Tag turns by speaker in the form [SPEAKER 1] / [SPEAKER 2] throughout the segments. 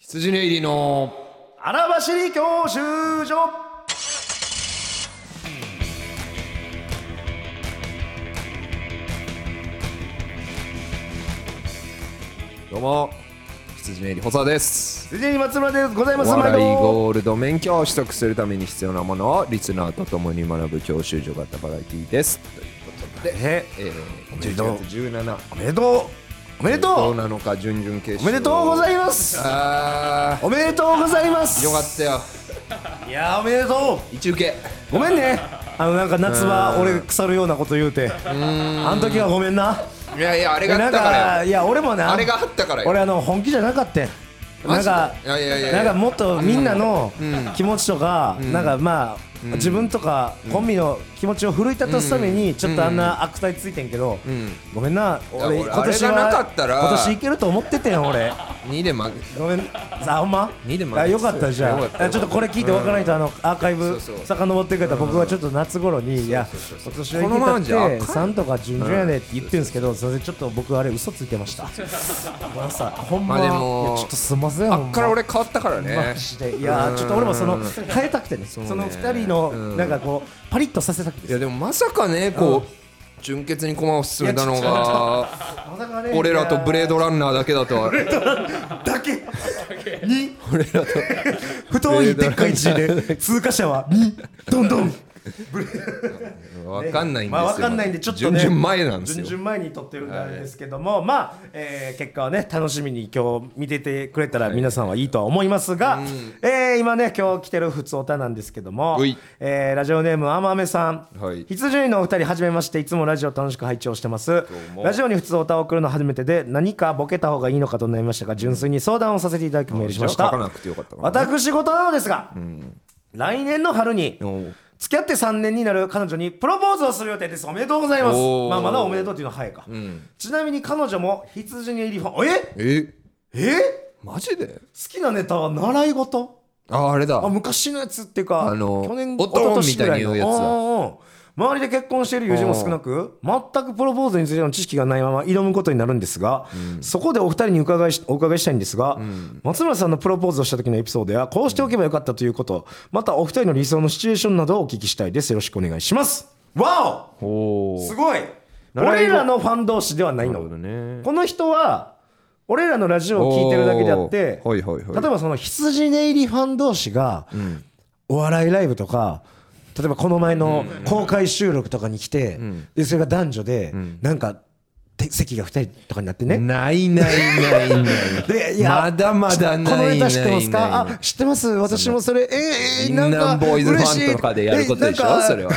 [SPEAKER 1] 羊ネイリーの
[SPEAKER 2] 荒走り教習所
[SPEAKER 1] どうも羊ネイリー細田です
[SPEAKER 2] 辻井松村でござい
[SPEAKER 1] お
[SPEAKER 2] ます
[SPEAKER 1] 笑い
[SPEAKER 2] 毎
[SPEAKER 1] ゴールド免許を取得するために必要なものをリスナーと共に学ぶ教習所型バラエティーですということで、
[SPEAKER 2] え
[SPEAKER 1] えー、
[SPEAKER 2] めでとう
[SPEAKER 1] 11月17
[SPEAKER 2] おめでとうおめで
[SPEAKER 1] ど
[SPEAKER 2] と
[SPEAKER 1] う
[SPEAKER 2] う
[SPEAKER 1] なのか準々決
[SPEAKER 2] お
[SPEAKER 1] 勝
[SPEAKER 2] めでとうございます
[SPEAKER 1] あ
[SPEAKER 2] おめでとうございま
[SPEAKER 1] ー
[SPEAKER 2] す
[SPEAKER 1] よかったよ
[SPEAKER 2] いやーおめでと
[SPEAKER 1] 一受け
[SPEAKER 2] うごめんねあのなんか夏は俺腐るようなこと言うてあの時はごめんない
[SPEAKER 1] やいやあれがあ
[SPEAKER 2] な
[SPEAKER 1] っ
[SPEAKER 2] ん
[SPEAKER 1] たから
[SPEAKER 2] か
[SPEAKER 1] よ
[SPEAKER 2] いや俺もね
[SPEAKER 1] あれがあったからよ
[SPEAKER 2] 俺あの本気じゃなかったよな
[SPEAKER 1] マ
[SPEAKER 2] ん
[SPEAKER 1] ジで
[SPEAKER 2] か
[SPEAKER 1] いやいやいやいや
[SPEAKER 2] なんかもっとみんなの気持ちとか、なんかまあ、自分とかコンビの気持ちを奮い立たすためにちょっとあんな悪態ついてんけど、ごめんな俺
[SPEAKER 1] いや俺
[SPEAKER 2] 今年は
[SPEAKER 1] あれがなかったら
[SPEAKER 2] 今年いけると思っててん俺
[SPEAKER 1] 2で負け
[SPEAKER 2] ごめんさあほんま
[SPEAKER 1] 二で負けて
[SPEAKER 2] あよかったじゃ
[SPEAKER 1] よかった
[SPEAKER 2] んあちょっとこれ聞いてわからないとあのアーカイブ
[SPEAKER 1] そうそう
[SPEAKER 2] 遡ってくれた僕はちょっと夏頃にいや今年は
[SPEAKER 1] このままじゃあ
[SPEAKER 2] 行
[SPEAKER 1] かん
[SPEAKER 2] けたって3とか順々やねって言ってるんですけどそれでちょっと僕あれ嘘ついてましたごめんなさいほんま
[SPEAKER 1] まあ
[SPEAKER 2] い
[SPEAKER 1] で
[SPEAKER 2] やち
[SPEAKER 1] も
[SPEAKER 2] ょっとすんません
[SPEAKER 1] あ
[SPEAKER 2] ほ
[SPEAKER 1] っ
[SPEAKER 2] んま
[SPEAKER 1] から俺変わったから
[SPEAKER 2] マ
[SPEAKER 1] ね
[SPEAKER 2] ジでいやちょっと俺もその変えたくてねそ
[SPEAKER 1] ね
[SPEAKER 2] の2人のなんかこうパリッとさせたくて
[SPEAKER 1] いやでもまさかねこう純潔に駒を進めたの
[SPEAKER 2] いやちょっ
[SPEAKER 1] が
[SPEAKER 2] まさかね
[SPEAKER 1] 俺らとブレード
[SPEAKER 2] い
[SPEAKER 1] ランナーだけだとは
[SPEAKER 2] やだけに
[SPEAKER 1] 俺らと
[SPEAKER 2] 太いでっかい字で通過者はにどんどん
[SPEAKER 1] 分かんないんですよ、
[SPEAKER 2] まあ、わかんないんでちょっとね
[SPEAKER 1] 順々前なんですよ
[SPEAKER 2] 順々前に撮ってるんであれですけども、まあ、えー結果はね楽しみに今日見ててくれたら皆さんはいいとは思いますが、えー今ね今日来てる「ふつおた」なんですけども
[SPEAKER 1] うい、
[SPEAKER 2] えーラジオネームあまめさん、
[SPEAKER 1] はい
[SPEAKER 2] 羊のお二人はじめましていつもラジオ楽しく拝聴してます
[SPEAKER 1] も
[SPEAKER 2] ラジオに「ふつおた」を送るの初めてで何かボケた方がいいのかとなりましたが純粋に相談をさせていただきメールしまし
[SPEAKER 1] じ
[SPEAKER 2] た
[SPEAKER 1] ゃあ書かなくてよかったかな
[SPEAKER 2] 私事なのですが、来年の春に
[SPEAKER 1] おう
[SPEAKER 2] 付き合って3年になる彼女にプロポーズをする予定ですおめでとうございます
[SPEAKER 1] おー
[SPEAKER 2] まあまだおめでとうっていうのは早いか、ちなみに彼女も羊に入りファンえ
[SPEAKER 1] え
[SPEAKER 2] え
[SPEAKER 1] マジで
[SPEAKER 2] 好きなネタは習い事
[SPEAKER 1] ああれだ
[SPEAKER 2] あ昔のやつっていうか
[SPEAKER 1] あの
[SPEAKER 2] 去年
[SPEAKER 1] おとん
[SPEAKER 2] 一昨年ぐら
[SPEAKER 1] みた
[SPEAKER 2] の
[SPEAKER 1] いに言うやつだ
[SPEAKER 2] おーおー周りで結婚している友人も少なく全くプロポーズについての知識がないまま挑むことになるんですが、そこでお二人に伺いしお伺いしたいんですが、松村さんのプロポーズをした時のエピソードやこうしておけばよかったということまたお二人の理想のシチュエーションなどをお聞きしたいですよろしくお願いしますわ
[SPEAKER 1] お
[SPEAKER 2] おす
[SPEAKER 1] お
[SPEAKER 2] ごい
[SPEAKER 1] 習い事
[SPEAKER 2] 俺らのファン同士ではないの、
[SPEAKER 1] ね
[SPEAKER 2] この人は俺らのラジオを聞いてるだけであって、
[SPEAKER 1] おーはいはいはい
[SPEAKER 2] 例えばその羊ネイリファン同士が、お笑いライブとか例えばこの前の公開収録とかに来て、でそれが男女で、なんかて席が2人とかになってね、
[SPEAKER 1] ないないないない
[SPEAKER 2] でいや
[SPEAKER 1] まだまだ
[SPEAKER 2] この
[SPEAKER 1] ない
[SPEAKER 2] ネ
[SPEAKER 1] な
[SPEAKER 2] タ知ってま
[SPEAKER 1] い
[SPEAKER 2] すか
[SPEAKER 1] ない
[SPEAKER 2] あ知ってます私もそれえー、えー、なん
[SPEAKER 1] 銀杏
[SPEAKER 2] か
[SPEAKER 1] ボーイズフ
[SPEAKER 2] 嬉し
[SPEAKER 1] ァ
[SPEAKER 2] い
[SPEAKER 1] ンとかでやることでしょ
[SPEAKER 2] えなんか
[SPEAKER 1] それは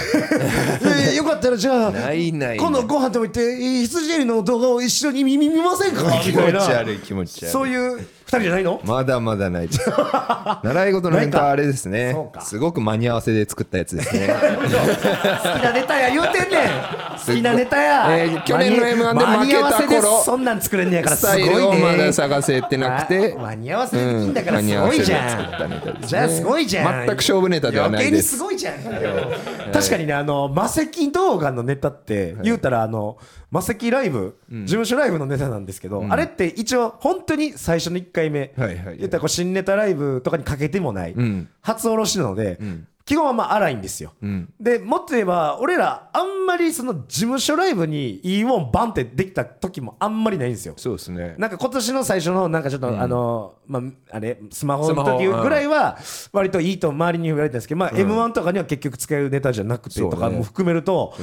[SPEAKER 2] えーよかったらじゃあ
[SPEAKER 1] ないないない
[SPEAKER 2] 今度ご飯食べてえー羊エリの動画を一緒に見見見ませんか
[SPEAKER 1] 気
[SPEAKER 2] み
[SPEAKER 1] 持
[SPEAKER 2] たい
[SPEAKER 1] ち
[SPEAKER 2] な
[SPEAKER 1] 悪い気持ち悪い
[SPEAKER 2] そういう二人じゃないの
[SPEAKER 1] まだまだない です習い事のネ
[SPEAKER 2] ない
[SPEAKER 1] タ
[SPEAKER 2] か
[SPEAKER 1] あれですね
[SPEAKER 2] そうか
[SPEAKER 1] すごく間に合わせで作ったやつですね
[SPEAKER 2] 好きなネタや言うてんねん好きなネタや、
[SPEAKER 1] えー去年の M1 で
[SPEAKER 2] 間に合わせ
[SPEAKER 1] 負けた
[SPEAKER 2] で
[SPEAKER 1] 頃
[SPEAKER 2] そんなん作れんねやから
[SPEAKER 1] ス
[SPEAKER 2] す
[SPEAKER 1] タ
[SPEAKER 2] ご
[SPEAKER 1] イ
[SPEAKER 2] い
[SPEAKER 1] ルをま
[SPEAKER 2] ね
[SPEAKER 1] だ探せてなくて
[SPEAKER 2] あ間に合わせできんだから
[SPEAKER 1] うん
[SPEAKER 2] すごいじゃ
[SPEAKER 1] 間に合わせで作った
[SPEAKER 2] ん、
[SPEAKER 1] ネタですね
[SPEAKER 2] じゃあすごいじゃん
[SPEAKER 1] 全く勝負ネタではないです
[SPEAKER 2] 余計にすごいじゃん確かにねあの魔石動画のネタって言うたらあの魔石ライブ事務所ライブのネタなんですけどあれって一応本当に最初の1回目
[SPEAKER 1] はいはい
[SPEAKER 2] 言ったらこう新ネタライブとかにかけてもない
[SPEAKER 1] ん
[SPEAKER 2] 初おろしなので基本はまあ荒いんですよ
[SPEAKER 1] ん
[SPEAKER 2] でもっと言えば俺らあんまりその事務所ライブにいいもんバンってできた時もあんまりないんですよ
[SPEAKER 1] そうですね
[SPEAKER 2] なんか今年の最初のなんかちょっと、あのまああれスマホ
[SPEAKER 1] スマ
[SPEAKER 2] の
[SPEAKER 1] ホ
[SPEAKER 2] 時ぐらいは割といいと周りに言われてたんですけど、まあ M1 とかには結局使えるネタじゃなくて
[SPEAKER 1] そうね
[SPEAKER 2] とかも含めると、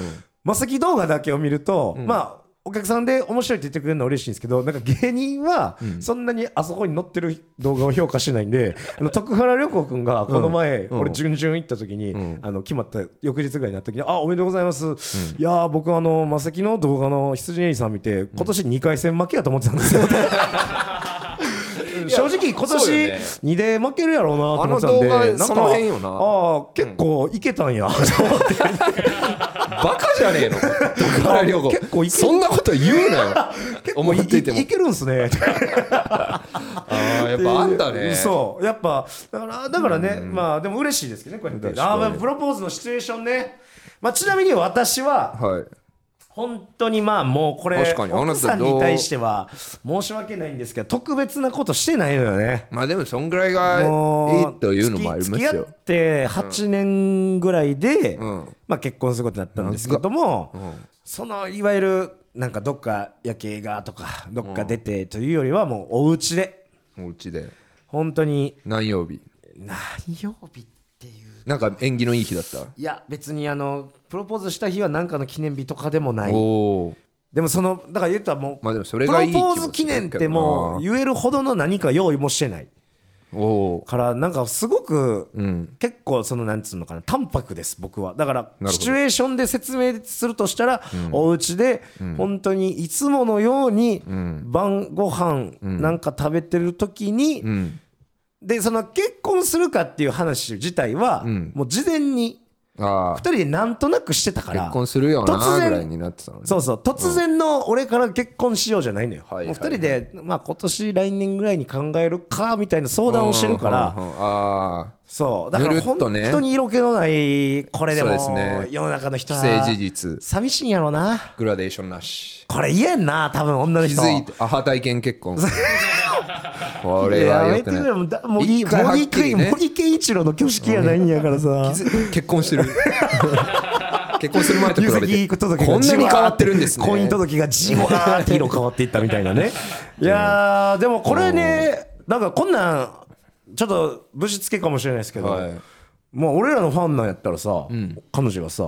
[SPEAKER 2] マセキ動画だけを見ると、まあお客さんで面白いって言ってくれるのは嬉しいんですけどなんか芸人はそんなにあそこに載ってる動画を評価してないんで、 あの徳原旅行君がこの
[SPEAKER 1] ん
[SPEAKER 2] 前、俺準々行った時に、あの決まった翌日ぐらいになった時に「あおめでとうございます」いやー僕あのマセキの動画の羊ネイリさん見て今年2回戦負けやと思ってたんですよ。正直今
[SPEAKER 1] そうよ
[SPEAKER 2] 年
[SPEAKER 1] ね
[SPEAKER 2] 2で負けるやろうなと思ってたんで
[SPEAKER 1] あの動画
[SPEAKER 2] なんか
[SPEAKER 1] その辺よな
[SPEAKER 2] ああ結構いけたんや
[SPEAKER 1] バカじゃねえのだから旅行
[SPEAKER 2] 結構いけ
[SPEAKER 1] そんなこと言うなよ 思
[SPEAKER 2] い
[SPEAKER 1] っ
[SPEAKER 2] い
[SPEAKER 1] ていて も
[SPEAKER 2] いけるんすね
[SPEAKER 1] ああやっぱあんだね
[SPEAKER 2] そうやっぱだからだからねまあでも嬉しいですけどねこうやって
[SPEAKER 1] 確か
[SPEAKER 2] あ
[SPEAKER 1] に
[SPEAKER 2] あまあプロポーズのシチュエーションねまあちなみに私は
[SPEAKER 1] はい
[SPEAKER 2] 本当にまあもうこれ
[SPEAKER 1] 確かにあなたどう
[SPEAKER 2] 奥さんに対しては申し訳ないんですけど特別なことしてないのよね。
[SPEAKER 1] まあでもそんぐらいがい
[SPEAKER 2] も
[SPEAKER 1] いというのもあります
[SPEAKER 2] 付き合
[SPEAKER 1] よ
[SPEAKER 2] っ。て8年ぐらいで、
[SPEAKER 1] うん
[SPEAKER 2] まあ、結婚することになったんですけども、そのいわゆるなんかどっか夜景がとかどっか出てというよりはもうお家で
[SPEAKER 1] お家で
[SPEAKER 2] 本当に
[SPEAKER 1] 何曜日
[SPEAKER 2] 何曜日っていう
[SPEAKER 1] なんか縁起のいい日だった。
[SPEAKER 2] いや別にあのプロポーズした日は何かの記念日とかでもない
[SPEAKER 1] おお。
[SPEAKER 2] でもそのだから言ったらもう,、
[SPEAKER 1] まあでもそれがいい
[SPEAKER 2] プロ
[SPEAKER 1] 気
[SPEAKER 2] ポーズ
[SPEAKER 1] もす
[SPEAKER 2] 記
[SPEAKER 1] るけどな
[SPEAKER 2] 念ってもう言えるほどの何か用意もしてない
[SPEAKER 1] おお。
[SPEAKER 2] からなんかすごく、
[SPEAKER 1] ん
[SPEAKER 2] 結構そのなんつうのかな淡白です僕はだから
[SPEAKER 1] ほど
[SPEAKER 2] シチュエーションで説明するとしたら、お家で本当にいつものように晩ご飯なんか食べてる時に、
[SPEAKER 1] うん。
[SPEAKER 2] でその結婚するかっていう話自体は、
[SPEAKER 1] ん
[SPEAKER 2] もう事前に
[SPEAKER 1] あ
[SPEAKER 2] 2人でなんとなくしてたか
[SPEAKER 1] あ。
[SPEAKER 2] ら
[SPEAKER 1] 結婚するよ
[SPEAKER 2] 突
[SPEAKER 1] な
[SPEAKER 2] 然
[SPEAKER 1] ぐらいになってたのね。
[SPEAKER 2] そうそう突然の俺から結婚しようじゃないのよ、
[SPEAKER 1] はいはい
[SPEAKER 2] もう2人で、まあ、今年来年ぐらいに考えるかみたいな相談をしてるから、
[SPEAKER 1] うんうんうんあ
[SPEAKER 2] そうだか
[SPEAKER 1] ぬる
[SPEAKER 2] ら
[SPEAKER 1] っと
[SPEAKER 2] 本
[SPEAKER 1] ね
[SPEAKER 2] 当に色気のないこれでも
[SPEAKER 1] そうですね
[SPEAKER 2] 世の中の人
[SPEAKER 1] あ。
[SPEAKER 2] は
[SPEAKER 1] 既成事実。
[SPEAKER 2] 寂しいんやろうな
[SPEAKER 1] グラデーションなし。
[SPEAKER 2] これ言えんな多分女の
[SPEAKER 1] 気
[SPEAKER 2] 人
[SPEAKER 1] づいて、アハ体験結婚。これ
[SPEAKER 2] や
[SPEAKER 1] は
[SPEAKER 2] め
[SPEAKER 1] よく
[SPEAKER 2] てくれ
[SPEAKER 1] ない。
[SPEAKER 2] もうだ森
[SPEAKER 1] 一回はっ
[SPEAKER 2] 森
[SPEAKER 1] きり
[SPEAKER 2] 健
[SPEAKER 1] ね
[SPEAKER 2] 森健一郎の挙式やないんやからさ
[SPEAKER 1] 結婚してる結婚する前と比
[SPEAKER 2] 入
[SPEAKER 1] べ
[SPEAKER 2] 籍
[SPEAKER 1] て
[SPEAKER 2] 届が
[SPEAKER 1] こんなに変わってるんですね
[SPEAKER 2] 婚姻届がじわーって色変わっていったみたい なねいやーでもこれねなんかこんなんちょっとぶしつけかもしれないですけど、
[SPEAKER 1] はい
[SPEAKER 2] まあ俺らのファンなんやったらさ、彼女がさ、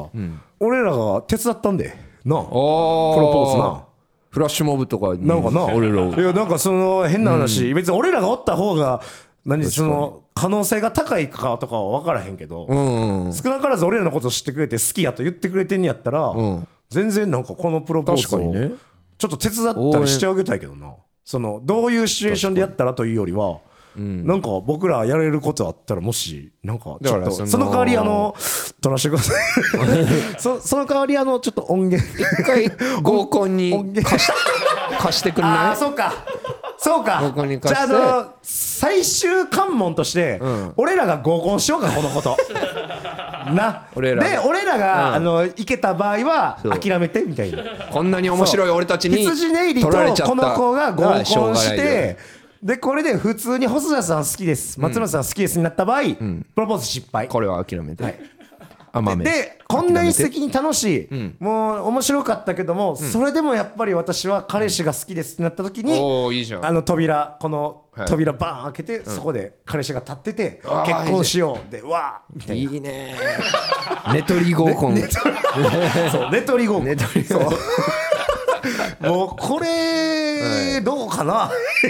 [SPEAKER 2] 俺らが手伝ったんでなあプロ
[SPEAKER 1] お
[SPEAKER 2] ポーズな
[SPEAKER 1] フラッシュモブとかに
[SPEAKER 2] なんかな
[SPEAKER 1] 俺らを
[SPEAKER 2] いやなんかその変な話、別に俺らがおった方が何その可能性が高いかとかは分からへんけど、
[SPEAKER 1] うんうん
[SPEAKER 2] 少なからず俺らのこと知ってくれて好きやと言ってくれてんやったら、
[SPEAKER 1] ん
[SPEAKER 2] 全然なんかこのプロポーズ
[SPEAKER 1] 確かにね
[SPEAKER 2] をちょっと手伝ったりしてあげたいけどなそのどういうシチュエーションでやったらというよりは、なんか僕らやれることあったらもしなんかち
[SPEAKER 1] だか
[SPEAKER 2] ょっ
[SPEAKER 1] ら
[SPEAKER 2] と
[SPEAKER 1] そ
[SPEAKER 2] そ
[SPEAKER 1] の
[SPEAKER 2] の代わりあの取らせてくださ いそその代わりあのちょっと音源
[SPEAKER 1] 一回合コンに貸し貸してくん
[SPEAKER 2] あ
[SPEAKER 1] な
[SPEAKER 2] あ
[SPEAKER 1] い
[SPEAKER 2] そうかそう
[SPEAKER 1] 合
[SPEAKER 2] か
[SPEAKER 1] コンに
[SPEAKER 2] じ
[SPEAKER 1] 貸
[SPEAKER 2] ゃ
[SPEAKER 1] し
[SPEAKER 2] あ
[SPEAKER 1] て
[SPEAKER 2] あの最終関門として、
[SPEAKER 1] ん
[SPEAKER 2] 俺らが合コンしようかこの ことな
[SPEAKER 1] 俺らが
[SPEAKER 2] で俺らが、
[SPEAKER 1] うん
[SPEAKER 2] あの行けた場合は
[SPEAKER 1] そう
[SPEAKER 2] 諦めてみたいな
[SPEAKER 1] こんなに面白い俺たちに
[SPEAKER 2] 羊ネイリと
[SPEAKER 1] 取られちゃった
[SPEAKER 2] この子が合コン
[SPEAKER 1] ょうが
[SPEAKER 2] し
[SPEAKER 1] ないよ
[SPEAKER 2] てでこれで普通に細田さん好きです松村さん好きですになった場合、プロポーズ失敗
[SPEAKER 1] これは諦めて、甘め
[SPEAKER 2] でこんなに素敵に楽しい、もう面白かったけども、それでもやっぱり私は彼氏が好きですってなった時に、
[SPEAKER 1] おおいいじゃん
[SPEAKER 2] あの扉この
[SPEAKER 1] はい
[SPEAKER 2] 扉バーン開けて、そこで彼氏が立ってて、
[SPEAKER 1] あー
[SPEAKER 2] 結婚しようでわーみたい
[SPEAKER 1] いいね寝取り合コン
[SPEAKER 2] な そう寝取り合コン
[SPEAKER 1] 寝取り
[SPEAKER 2] そう もうこれ、どうかな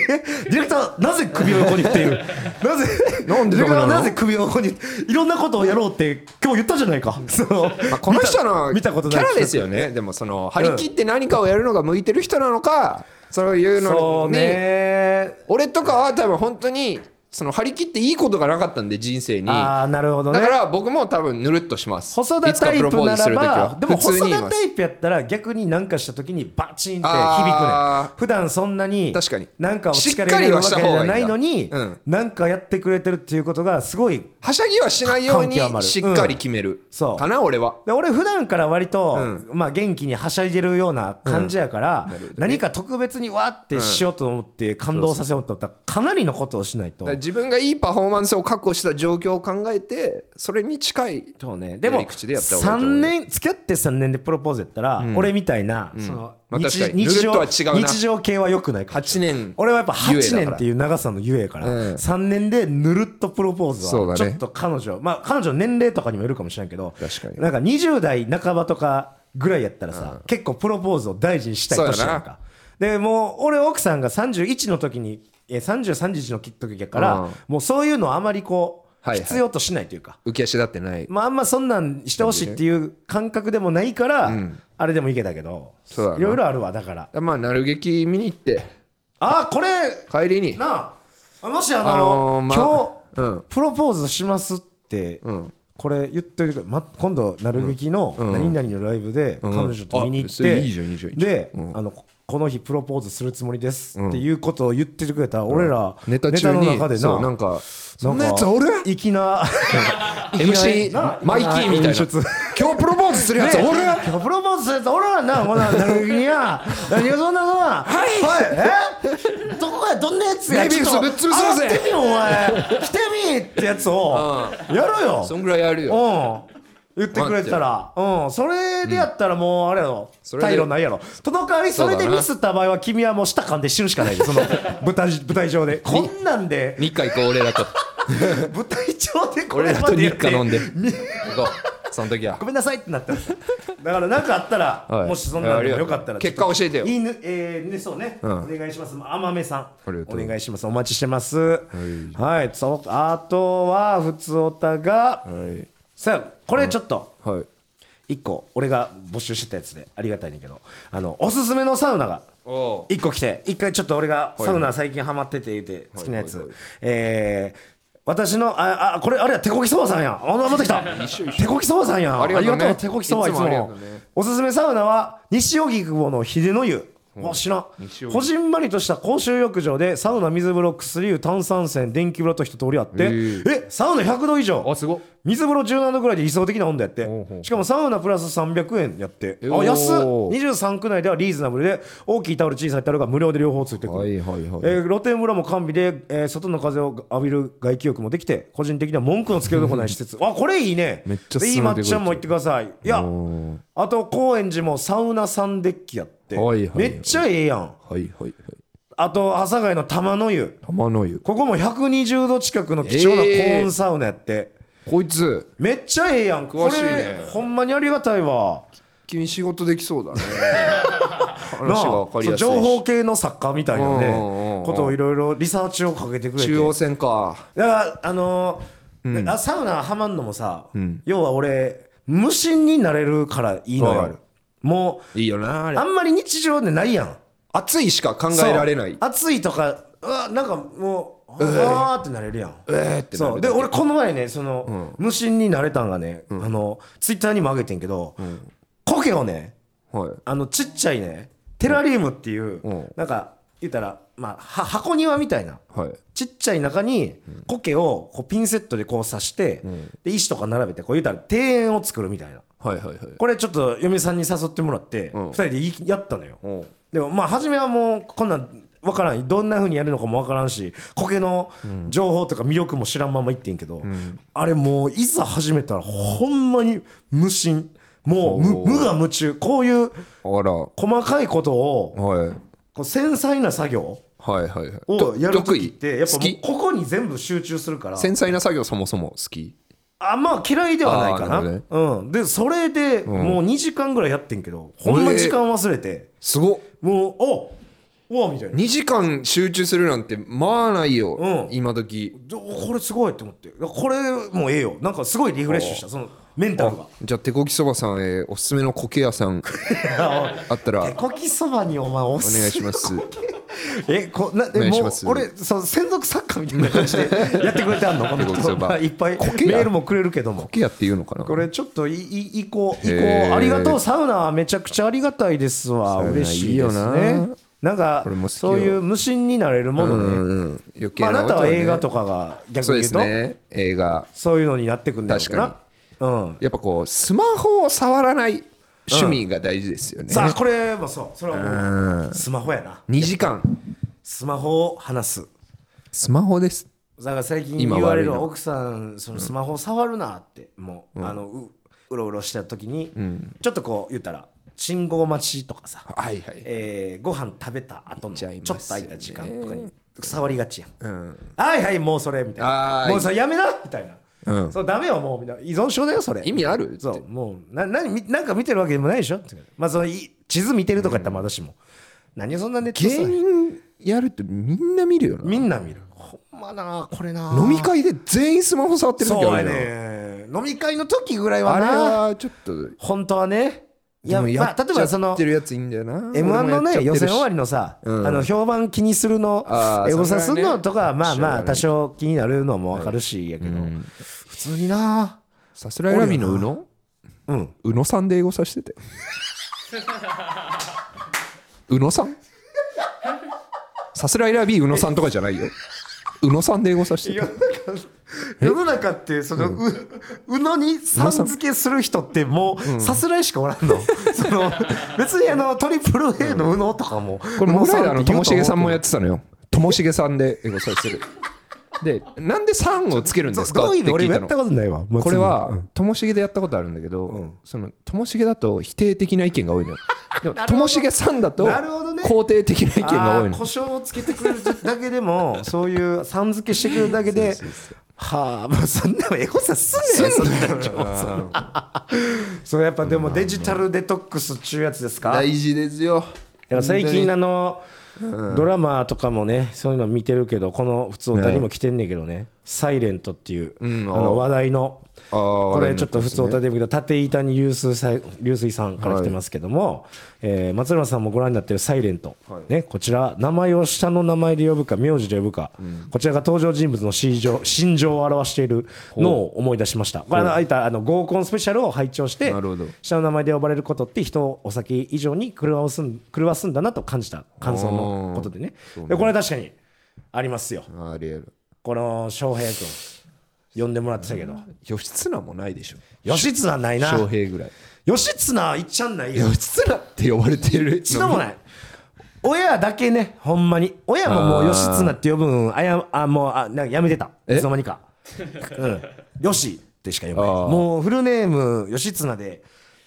[SPEAKER 2] ディレクターなぜ首を横に振っているなぜ
[SPEAKER 1] なんでダメ
[SPEAKER 2] ディレクター
[SPEAKER 1] なの
[SPEAKER 2] はなぜ首を横にいろんなことをやろうって今日言ったじゃないかそう、
[SPEAKER 1] まあ、この人の
[SPEAKER 2] 見た見たこと
[SPEAKER 1] キ
[SPEAKER 2] ない
[SPEAKER 1] ャラですよねでもその張り切って何かをやるのが向いてる人なのかそういう
[SPEAKER 2] そ
[SPEAKER 1] の
[SPEAKER 2] う
[SPEAKER 1] に
[SPEAKER 2] ね
[SPEAKER 1] 俺とかは多分本当にその張り切っていいことがなかったんで人生にだ
[SPEAKER 2] ああなるほどね
[SPEAKER 1] から僕も多分ぬるっとします
[SPEAKER 2] 細田タイプならばでも細
[SPEAKER 1] 言い
[SPEAKER 2] 田
[SPEAKER 1] ま
[SPEAKER 2] タ
[SPEAKER 1] す
[SPEAKER 2] イプやったら逆に何かした時にバチンって響
[SPEAKER 1] あ
[SPEAKER 2] くね普段そんなに
[SPEAKER 1] 確かに
[SPEAKER 2] なんかを力入れるわけじゃない
[SPEAKER 1] しっ
[SPEAKER 2] のに
[SPEAKER 1] かりはした方がいいんだ
[SPEAKER 2] なんかやってくれてるっていうことがすごい
[SPEAKER 1] はしゃぎはしないよう
[SPEAKER 2] 感極ま
[SPEAKER 1] に
[SPEAKER 2] る
[SPEAKER 1] しっかり決める、
[SPEAKER 2] んそう
[SPEAKER 1] かな俺は
[SPEAKER 2] で俺普段から割と、
[SPEAKER 1] う
[SPEAKER 2] まあ、元気にはしゃいでるような感じやから、
[SPEAKER 1] るほどね
[SPEAKER 2] 何か特別にわーってしようと思って感動させようと思ったらかなりのことをしないと
[SPEAKER 1] だから自分がいいパフォーマンスを確保した状況を考えてそれに近い
[SPEAKER 2] そうね、で
[SPEAKER 1] や
[SPEAKER 2] も
[SPEAKER 1] り口でやった方がいいと思う
[SPEAKER 2] 3年付き合って3年でプロポーズやったら、俺みたいな、その
[SPEAKER 1] まあ確か
[SPEAKER 2] 日
[SPEAKER 1] に
[SPEAKER 2] 日
[SPEAKER 1] ぬるっ
[SPEAKER 2] 常
[SPEAKER 1] とは違うな
[SPEAKER 2] 日常系は良くないから
[SPEAKER 1] 8年
[SPEAKER 2] 俺はやっぱ8
[SPEAKER 1] ゆえだ
[SPEAKER 2] 年
[SPEAKER 1] から
[SPEAKER 2] っていう長さのゆえやから、
[SPEAKER 1] うん
[SPEAKER 2] 3年でぬるっとプロポーズ
[SPEAKER 1] そうだ
[SPEAKER 2] は
[SPEAKER 1] ね
[SPEAKER 2] ちょっと彼女、まあ彼女の年齢とかにもよるかもしれんけど
[SPEAKER 1] 確かに
[SPEAKER 2] なんか20代半ばとかぐらいやったらさ、結構プロポーズを大事にしたい年やんかでもう俺奥さんが31の時にえ33日の時やから、
[SPEAKER 1] うん
[SPEAKER 2] もうそういうのをあまりこ
[SPEAKER 1] は
[SPEAKER 2] う、
[SPEAKER 1] いはい
[SPEAKER 2] 必要としないというか
[SPEAKER 1] 浮き足立ってない
[SPEAKER 2] まああんまそんなんしてほしいっていう感覚でもないから、あれでもいけたけど、
[SPEAKER 1] そうだない
[SPEAKER 2] ろいろあるわ、だから。
[SPEAKER 1] まあなる劇見に行って
[SPEAKER 2] あ、これ、
[SPEAKER 1] 帰りに
[SPEAKER 2] なあ、もしあの、
[SPEAKER 1] あのーま
[SPEAKER 2] 今日、
[SPEAKER 1] うん
[SPEAKER 2] プロポーズしますって、
[SPEAKER 1] ん
[SPEAKER 2] これ言っといてくれ、ま、今度、なるべきの何々のライブで、彼女と見に行っ
[SPEAKER 1] あそれ
[SPEAKER 2] て、
[SPEAKER 1] いいじゃんいいじゃんいいじゃん
[SPEAKER 2] で、あの、この日プロポーズするつもりですっていうことを言っててくれたら、俺ら、
[SPEAKER 1] ネタ中に
[SPEAKER 2] ネタの中で
[SPEAKER 1] そうな
[SPEAKER 2] なん
[SPEAKER 1] か
[SPEAKER 2] なんか
[SPEAKER 1] 俺
[SPEAKER 2] 粋な粋 な
[SPEAKER 1] MC マイキーみたいな
[SPEAKER 2] 演出
[SPEAKER 1] 今日プロポーズするやつおる
[SPEAKER 2] ねプロポーズするやつおらんなこんなんなるにや何がそんなそんなはいえどこやどんなやつや
[SPEAKER 1] レビュー
[SPEAKER 2] ちょっと
[SPEAKER 1] ぶっ潰そうぜ
[SPEAKER 2] 洗ってみよお前来てみってやつをやろうよ
[SPEAKER 1] そんぐらいやるよ
[SPEAKER 2] うん言ってくれてたら、うん、それでやったらもうあれやろ、
[SPEAKER 1] それで
[SPEAKER 2] 退路ないやろその代わりそれ
[SPEAKER 1] そう
[SPEAKER 2] で
[SPEAKER 1] だな
[SPEAKER 2] ミスった場合は君はもう舌噛んで死ぬしかないよそ の舞台舞台上でこんなんで
[SPEAKER 1] 日課行こう 俺らと
[SPEAKER 2] 舞台上でこ
[SPEAKER 1] 俺
[SPEAKER 2] れ
[SPEAKER 1] ら
[SPEAKER 2] ま
[SPEAKER 1] と
[SPEAKER 2] で
[SPEAKER 1] 日
[SPEAKER 2] やって
[SPEAKER 1] 課飲んで行こうその時は
[SPEAKER 2] ごめんなさいってなったんですだから何かあったら、
[SPEAKER 1] はい
[SPEAKER 2] もしそんなのでもよかった
[SPEAKER 1] ありが
[SPEAKER 2] ら
[SPEAKER 1] とう結果教えてよ
[SPEAKER 2] いいぬえーねそうね、
[SPEAKER 1] うん
[SPEAKER 2] お願いしますあまめさん
[SPEAKER 1] ありがと
[SPEAKER 2] お
[SPEAKER 1] う
[SPEAKER 2] 願いしますお待ちしてますはい、そうあとは普通おたが、
[SPEAKER 1] はい
[SPEAKER 2] さあこれちょっと
[SPEAKER 1] はい
[SPEAKER 2] 一個俺が募集してたやつでありがたいねんだけどあのおすすめのサウナが
[SPEAKER 1] おう
[SPEAKER 2] 一個来て一回ちょっと俺が
[SPEAKER 1] い
[SPEAKER 2] サウナ最近ハマってて言うて好きなやつ、
[SPEAKER 1] はいはいはい
[SPEAKER 2] えー私のああこれあれや手こきそばさんやんあ持ってきた手こきそばさんやん
[SPEAKER 1] ありがとうね
[SPEAKER 2] 手こきそばい
[SPEAKER 1] い
[SPEAKER 2] つ
[SPEAKER 1] つもあ
[SPEAKER 2] も
[SPEAKER 1] りがとうね
[SPEAKER 2] おすすめサウナは西荻窪の秀の湯わ知らん
[SPEAKER 1] 西荻
[SPEAKER 2] こじんまりとした公衆浴場でサウナ水風呂薬湯炭酸泉電気風呂と一通りあって
[SPEAKER 1] へ
[SPEAKER 2] え
[SPEAKER 1] ー
[SPEAKER 2] サウナ100度以上
[SPEAKER 1] あすごっ
[SPEAKER 2] 水風呂17度ぐらいで理想的な温度やって
[SPEAKER 1] ほうほう
[SPEAKER 2] しかもサウナプラス300円やってあ
[SPEAKER 1] おー
[SPEAKER 2] 安っ23区内ではリーズナブルで大きいタオル小さいタオルが無料で両方ついてくる、
[SPEAKER 1] はいはいはい
[SPEAKER 2] えー露天風呂も完備で、えー外の風を浴びる外気浴もできて個人的には文句のつけるとこない施設あこれいいね
[SPEAKER 1] めっちゃ
[SPEAKER 2] でいい
[SPEAKER 1] 進めて
[SPEAKER 2] ま
[SPEAKER 1] く
[SPEAKER 2] っ
[SPEAKER 1] れて
[SPEAKER 2] ちゃんも行ってくださいいやあと高円寺もサウナサンデッキやって、
[SPEAKER 1] はいはいはい
[SPEAKER 2] めっちゃええやん
[SPEAKER 1] はいはいはい
[SPEAKER 2] あと阿佐ヶ谷の玉の湯
[SPEAKER 1] 玉の湯
[SPEAKER 2] ここも120度近くの貴重な高温サウナやって、
[SPEAKER 1] こいつ
[SPEAKER 2] めっちゃええやん
[SPEAKER 1] 詳しいね
[SPEAKER 2] これほんまにありがたいわ
[SPEAKER 1] 君仕事できそう だね
[SPEAKER 2] なあ
[SPEAKER 1] 話が分かりやすいし
[SPEAKER 2] そう情報系の作家みたいな
[SPEAKER 1] うんうんうんう
[SPEAKER 2] ね
[SPEAKER 1] ん
[SPEAKER 2] ことをいろいろリサーチをかけてくれて
[SPEAKER 1] 中央線か
[SPEAKER 2] だからあのーあサウナはまんのもさ、要は俺無心になれるからいいのよ、
[SPEAKER 1] はい
[SPEAKER 2] もう
[SPEAKER 1] いいよなあれ
[SPEAKER 2] あんまり日常でないやん
[SPEAKER 1] 暑いしか考えられない
[SPEAKER 2] そう暑いとかうわなんかもうあーってなれるやん
[SPEAKER 1] えーってな
[SPEAKER 2] そ
[SPEAKER 1] る
[SPEAKER 2] うで俺この前ねその、無心になれたんがね、あのツイッターにも上げてんけど、苔をね
[SPEAKER 1] はい
[SPEAKER 2] あのちっちゃいねテラリウムっていう、
[SPEAKER 1] うん
[SPEAKER 2] なんか言ったら、まあ、は箱庭みたいな
[SPEAKER 1] はい
[SPEAKER 2] ちっちゃい中に苔をこうピンセットでこう刺して、で石とか並べてこう言ったら庭園を作るみたいな
[SPEAKER 1] はいはいはい
[SPEAKER 2] これちょっと嫁さんに誘ってもらって、二
[SPEAKER 1] ん
[SPEAKER 2] 2人でいやったのよ、
[SPEAKER 1] おう
[SPEAKER 2] でもまあ初めはもうこんなん分からんどんな風にやるのかも分からんし苔の情報とか魅力も知らんまま言ってんけど、あれもういざ始めたらほんまに無心もう無
[SPEAKER 1] おー
[SPEAKER 2] 無我夢中こういう
[SPEAKER 1] あらは
[SPEAKER 2] 細かいことを
[SPEAKER 1] い
[SPEAKER 2] こう繊細な作業
[SPEAKER 1] はいはいはい
[SPEAKER 2] を
[SPEAKER 1] と
[SPEAKER 2] やると
[SPEAKER 1] 得
[SPEAKER 2] き
[SPEAKER 1] 意
[SPEAKER 2] ってやっ
[SPEAKER 1] 好
[SPEAKER 2] ぱもう
[SPEAKER 1] き
[SPEAKER 2] ここに全部集中するから
[SPEAKER 1] 繊細な作業そもそも好き
[SPEAKER 2] あんまあ嫌いではないかな
[SPEAKER 1] あーなる
[SPEAKER 2] うん、でそれでもう2時間ぐらいやってんけど、ほんま時間忘れて、
[SPEAKER 1] すごっ
[SPEAKER 2] もうおうわみたいな
[SPEAKER 1] 2時間集中するなんてまあないよ、
[SPEAKER 2] うん
[SPEAKER 1] 今時
[SPEAKER 2] でおこれすごいって思ってこれもええよなんかすごいリフレッシュしたそのメンタルが
[SPEAKER 1] じゃあ手こきそばさんへおすすめの苔屋さ んあったら
[SPEAKER 2] 手こきそばにお前お
[SPEAKER 1] お
[SPEAKER 2] す
[SPEAKER 1] 願いします
[SPEAKER 2] えこな
[SPEAKER 1] お願
[SPEAKER 2] で
[SPEAKER 1] いし
[SPEAKER 2] もう
[SPEAKER 1] ます
[SPEAKER 2] 俺そう専属作家みたいな感じでやってくれてあんのこの
[SPEAKER 1] 手こきそば
[SPEAKER 2] 人いっぱいメ
[SPEAKER 1] 苔や
[SPEAKER 2] ールもくれるけども
[SPEAKER 1] 苔屋っていうのかな
[SPEAKER 2] これちょっといいいこういこう
[SPEAKER 1] へー
[SPEAKER 2] ありがとうサウナめちゃくちゃありがたいですわ
[SPEAKER 1] サウナ
[SPEAKER 2] 嬉しいです
[SPEAKER 1] いいよ
[SPEAKER 2] ね
[SPEAKER 1] な
[SPEAKER 2] なんか
[SPEAKER 1] れも好きよ
[SPEAKER 2] そういう無心になれるも
[SPEAKER 1] う
[SPEAKER 2] の
[SPEAKER 1] ん
[SPEAKER 2] ね
[SPEAKER 1] うん余計
[SPEAKER 2] まああ
[SPEAKER 1] な
[SPEAKER 2] な
[SPEAKER 1] ことは
[SPEAKER 2] たは
[SPEAKER 1] ね
[SPEAKER 2] 映画とかが逆
[SPEAKER 1] そうで
[SPEAKER 2] に言う
[SPEAKER 1] す
[SPEAKER 2] と
[SPEAKER 1] ね映画
[SPEAKER 2] そういうのになってくんだろうな
[SPEAKER 1] 確
[SPEAKER 2] うん
[SPEAKER 1] やっぱこうスマホを触らない趣味が大事ですよね、
[SPEAKER 2] さあこれもそうそれはもうスマホやな
[SPEAKER 1] 2時間
[SPEAKER 2] スマホを話す
[SPEAKER 1] スマホです
[SPEAKER 2] だから最近言
[SPEAKER 1] 今
[SPEAKER 2] わ
[SPEAKER 1] 悪い
[SPEAKER 2] れる
[SPEAKER 1] の
[SPEAKER 2] 奥さんそのスマホ触るなってもうあのううろうろした時にちょっとこう言ったら信号待ちとかさ
[SPEAKER 1] はいはい
[SPEAKER 2] えーご飯食べた後のち
[SPEAKER 1] ち
[SPEAKER 2] ょ
[SPEAKER 1] ゃい
[SPEAKER 2] っ
[SPEAKER 1] ます
[SPEAKER 2] と
[SPEAKER 1] よね
[SPEAKER 2] 空いた時間とかに触りがちやん、
[SPEAKER 1] うん
[SPEAKER 2] はいはいもうそれみたい
[SPEAKER 1] あ
[SPEAKER 2] な
[SPEAKER 1] ー
[SPEAKER 2] もうそれやめなみたいな、
[SPEAKER 1] うん
[SPEAKER 2] そうダメよもうみたいな依存症だよそれ
[SPEAKER 1] 意味あるって
[SPEAKER 2] そうもうな何みなんか見てるわけでもないでしょってまあそのい地図見てるとか言ったらまだしも、何をそんなネット
[SPEAKER 1] 芸人やるってみんな見るよな
[SPEAKER 2] みんな見るほんまなこれな
[SPEAKER 1] 飲み会で全員スマホ触ってる
[SPEAKER 2] そう
[SPEAKER 1] 時あ
[SPEAKER 2] や
[SPEAKER 1] るよな
[SPEAKER 2] ね飲み会の時ぐらいは
[SPEAKER 1] あれ
[SPEAKER 2] な
[SPEAKER 1] はちょっと
[SPEAKER 2] 本当はねい
[SPEAKER 1] で
[SPEAKER 2] や
[SPEAKER 1] もや
[SPEAKER 2] ま
[SPEAKER 1] っ
[SPEAKER 2] あ例えばそ
[SPEAKER 1] ちゃ
[SPEAKER 2] の
[SPEAKER 1] ってるやついいんだよな
[SPEAKER 2] M1 のね予選終わ
[SPEAKER 1] り
[SPEAKER 2] りのさ、
[SPEAKER 1] うん
[SPEAKER 2] あの評判気にするの
[SPEAKER 1] あー
[SPEAKER 2] エゴサす
[SPEAKER 1] そ
[SPEAKER 2] る
[SPEAKER 1] れは
[SPEAKER 2] の
[SPEAKER 1] ね
[SPEAKER 2] とかはまあ
[SPEAKER 1] しょうが
[SPEAKER 2] ま
[SPEAKER 1] な
[SPEAKER 2] あ
[SPEAKER 1] い
[SPEAKER 2] 多少気になるのもわかるしやけど、普通にな
[SPEAKER 1] さすらいラビの宇野
[SPEAKER 2] うん
[SPEAKER 1] 宇野さんでエゴサ してて宇野さんさすらいラビ宇野さんとかじゃないよ宇野さんでエゴサしてて
[SPEAKER 2] 世の中ってそのう,、うのにさん付けする人ってもうさすらいしかおらん の,、その別にあのトリプル A のうのとかも、
[SPEAKER 1] これ
[SPEAKER 2] もう
[SPEAKER 1] 昔あのともしげさんもや
[SPEAKER 2] っ
[SPEAKER 1] ってたのよともしげさんでエゴサするでなんで「さん」をつけるんですか
[SPEAKER 2] ど
[SPEAKER 1] っ
[SPEAKER 2] うい
[SPEAKER 1] て
[SPEAKER 2] うの
[SPEAKER 1] 聞
[SPEAKER 2] 俺
[SPEAKER 1] い
[SPEAKER 2] も
[SPEAKER 1] た
[SPEAKER 2] やっ
[SPEAKER 1] の
[SPEAKER 2] たことないわ松村
[SPEAKER 1] これ
[SPEAKER 2] う
[SPEAKER 1] は
[SPEAKER 2] ん
[SPEAKER 1] ともしげでやったことあるんだけど、そのともしげだと否定的な意見が多い のよでもともしげさんだと
[SPEAKER 2] なるほどね
[SPEAKER 1] 肯定的な意見が多い
[SPEAKER 2] あー
[SPEAKER 1] の
[SPEAKER 2] 胡椒をつけてくれるだけでもそういうさん付けしてくれるだけではあまあそんなのエゴサすんねんそんなのそうやっぱでもデジタルデトックスっちゅうやつですか
[SPEAKER 1] 大事ですよ
[SPEAKER 2] いや最近あのドラマとかもねそういうの見てるけどこの普通歌にも来てんねんけどね「サイレントっていう、
[SPEAKER 1] ん
[SPEAKER 2] あの話題の
[SPEAKER 1] あー
[SPEAKER 2] これちょっと普通歌で見るけど立板に流水さい流水さんから来てますけども、えー松村さんもご覧になってる「サイレント、ねこちら名前を下の名前で呼ぶか名字で呼ぶか、こちらが登場人物の心情心情を表しているのを思い出しましたこれあのあいたあの合コンスペシャルを拝聴して
[SPEAKER 1] なるほど
[SPEAKER 2] 下の名前で呼ばれることって人をお酒以上に狂わすん狂わすんだなと感じた感想のことでねでこれ確かにありますよ
[SPEAKER 1] ありえる
[SPEAKER 2] この翔平君呼んでもらってたけど
[SPEAKER 1] 義経もないでしょ
[SPEAKER 2] 義経はないな
[SPEAKER 1] 翔平ぐらい
[SPEAKER 2] 義経いっちゃんないよ
[SPEAKER 1] 義経って呼ばれてる
[SPEAKER 2] 一度もない親だけねほんまに親ももう義経って呼ぶんあやあもうあなんかやめてたいつの間にかうん義ってしか呼ばない
[SPEAKER 1] あー
[SPEAKER 2] もうフルネーム義経で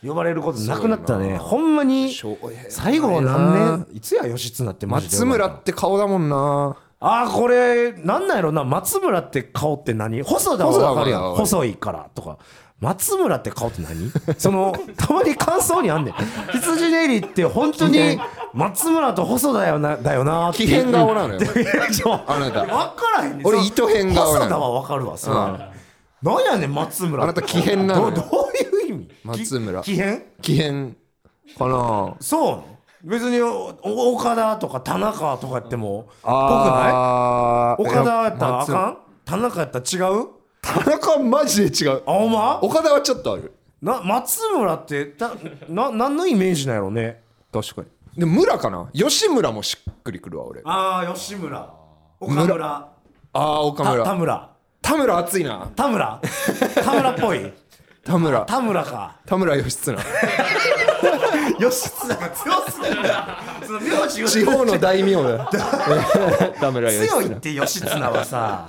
[SPEAKER 2] 呼ばれることなくなったねほんまに
[SPEAKER 1] 翔平
[SPEAKER 2] 最後何年いつや義経ってマジで
[SPEAKER 1] 松村って顔だもんな
[SPEAKER 2] あーこれなんなんやろな松村って顔って何細田は分かるや
[SPEAKER 1] 細田
[SPEAKER 2] ん
[SPEAKER 1] は分かる
[SPEAKER 2] 細いからとか松村って顔って何そのたまに感想にあんねん羊ネイリって本当に松村と細田よなだよなって
[SPEAKER 1] 気変顔なのよ
[SPEAKER 2] いや ちょ
[SPEAKER 1] あなた
[SPEAKER 2] 分からへんねん
[SPEAKER 1] 俺
[SPEAKER 2] その
[SPEAKER 1] 糸変顔なの
[SPEAKER 2] 細田は分かるわそれは何やねん松村
[SPEAKER 1] あなた気変なのよ
[SPEAKER 2] どどういう意味
[SPEAKER 1] 松村
[SPEAKER 2] 気気変
[SPEAKER 1] 奇変かな
[SPEAKER 2] そうなの別におお岡田とか田中とかやってもぽくない
[SPEAKER 1] あー
[SPEAKER 2] 岡田や
[SPEAKER 1] い
[SPEAKER 2] った
[SPEAKER 1] や
[SPEAKER 2] らあ
[SPEAKER 1] 松
[SPEAKER 2] かん田中やったら違う
[SPEAKER 1] 田中はマジで違う
[SPEAKER 2] あほんま
[SPEAKER 1] 岡田はちょっとある
[SPEAKER 2] な松村ってたな何のイメージなんやろうね
[SPEAKER 1] 確かにでも村かな吉村もしっくりくるわ俺あ
[SPEAKER 2] ああ吉村岡村
[SPEAKER 1] あー岡
[SPEAKER 2] た田
[SPEAKER 1] 村
[SPEAKER 2] 村
[SPEAKER 1] 田村熱いな
[SPEAKER 2] 田村田村っぽい
[SPEAKER 1] 田村
[SPEAKER 2] 田村か
[SPEAKER 1] 田村義経
[SPEAKER 2] 吉綱が強すぎるんだその名字
[SPEAKER 1] 地方の大名 だ田村義
[SPEAKER 2] 強い
[SPEAKER 1] 経
[SPEAKER 2] って吉綱はさ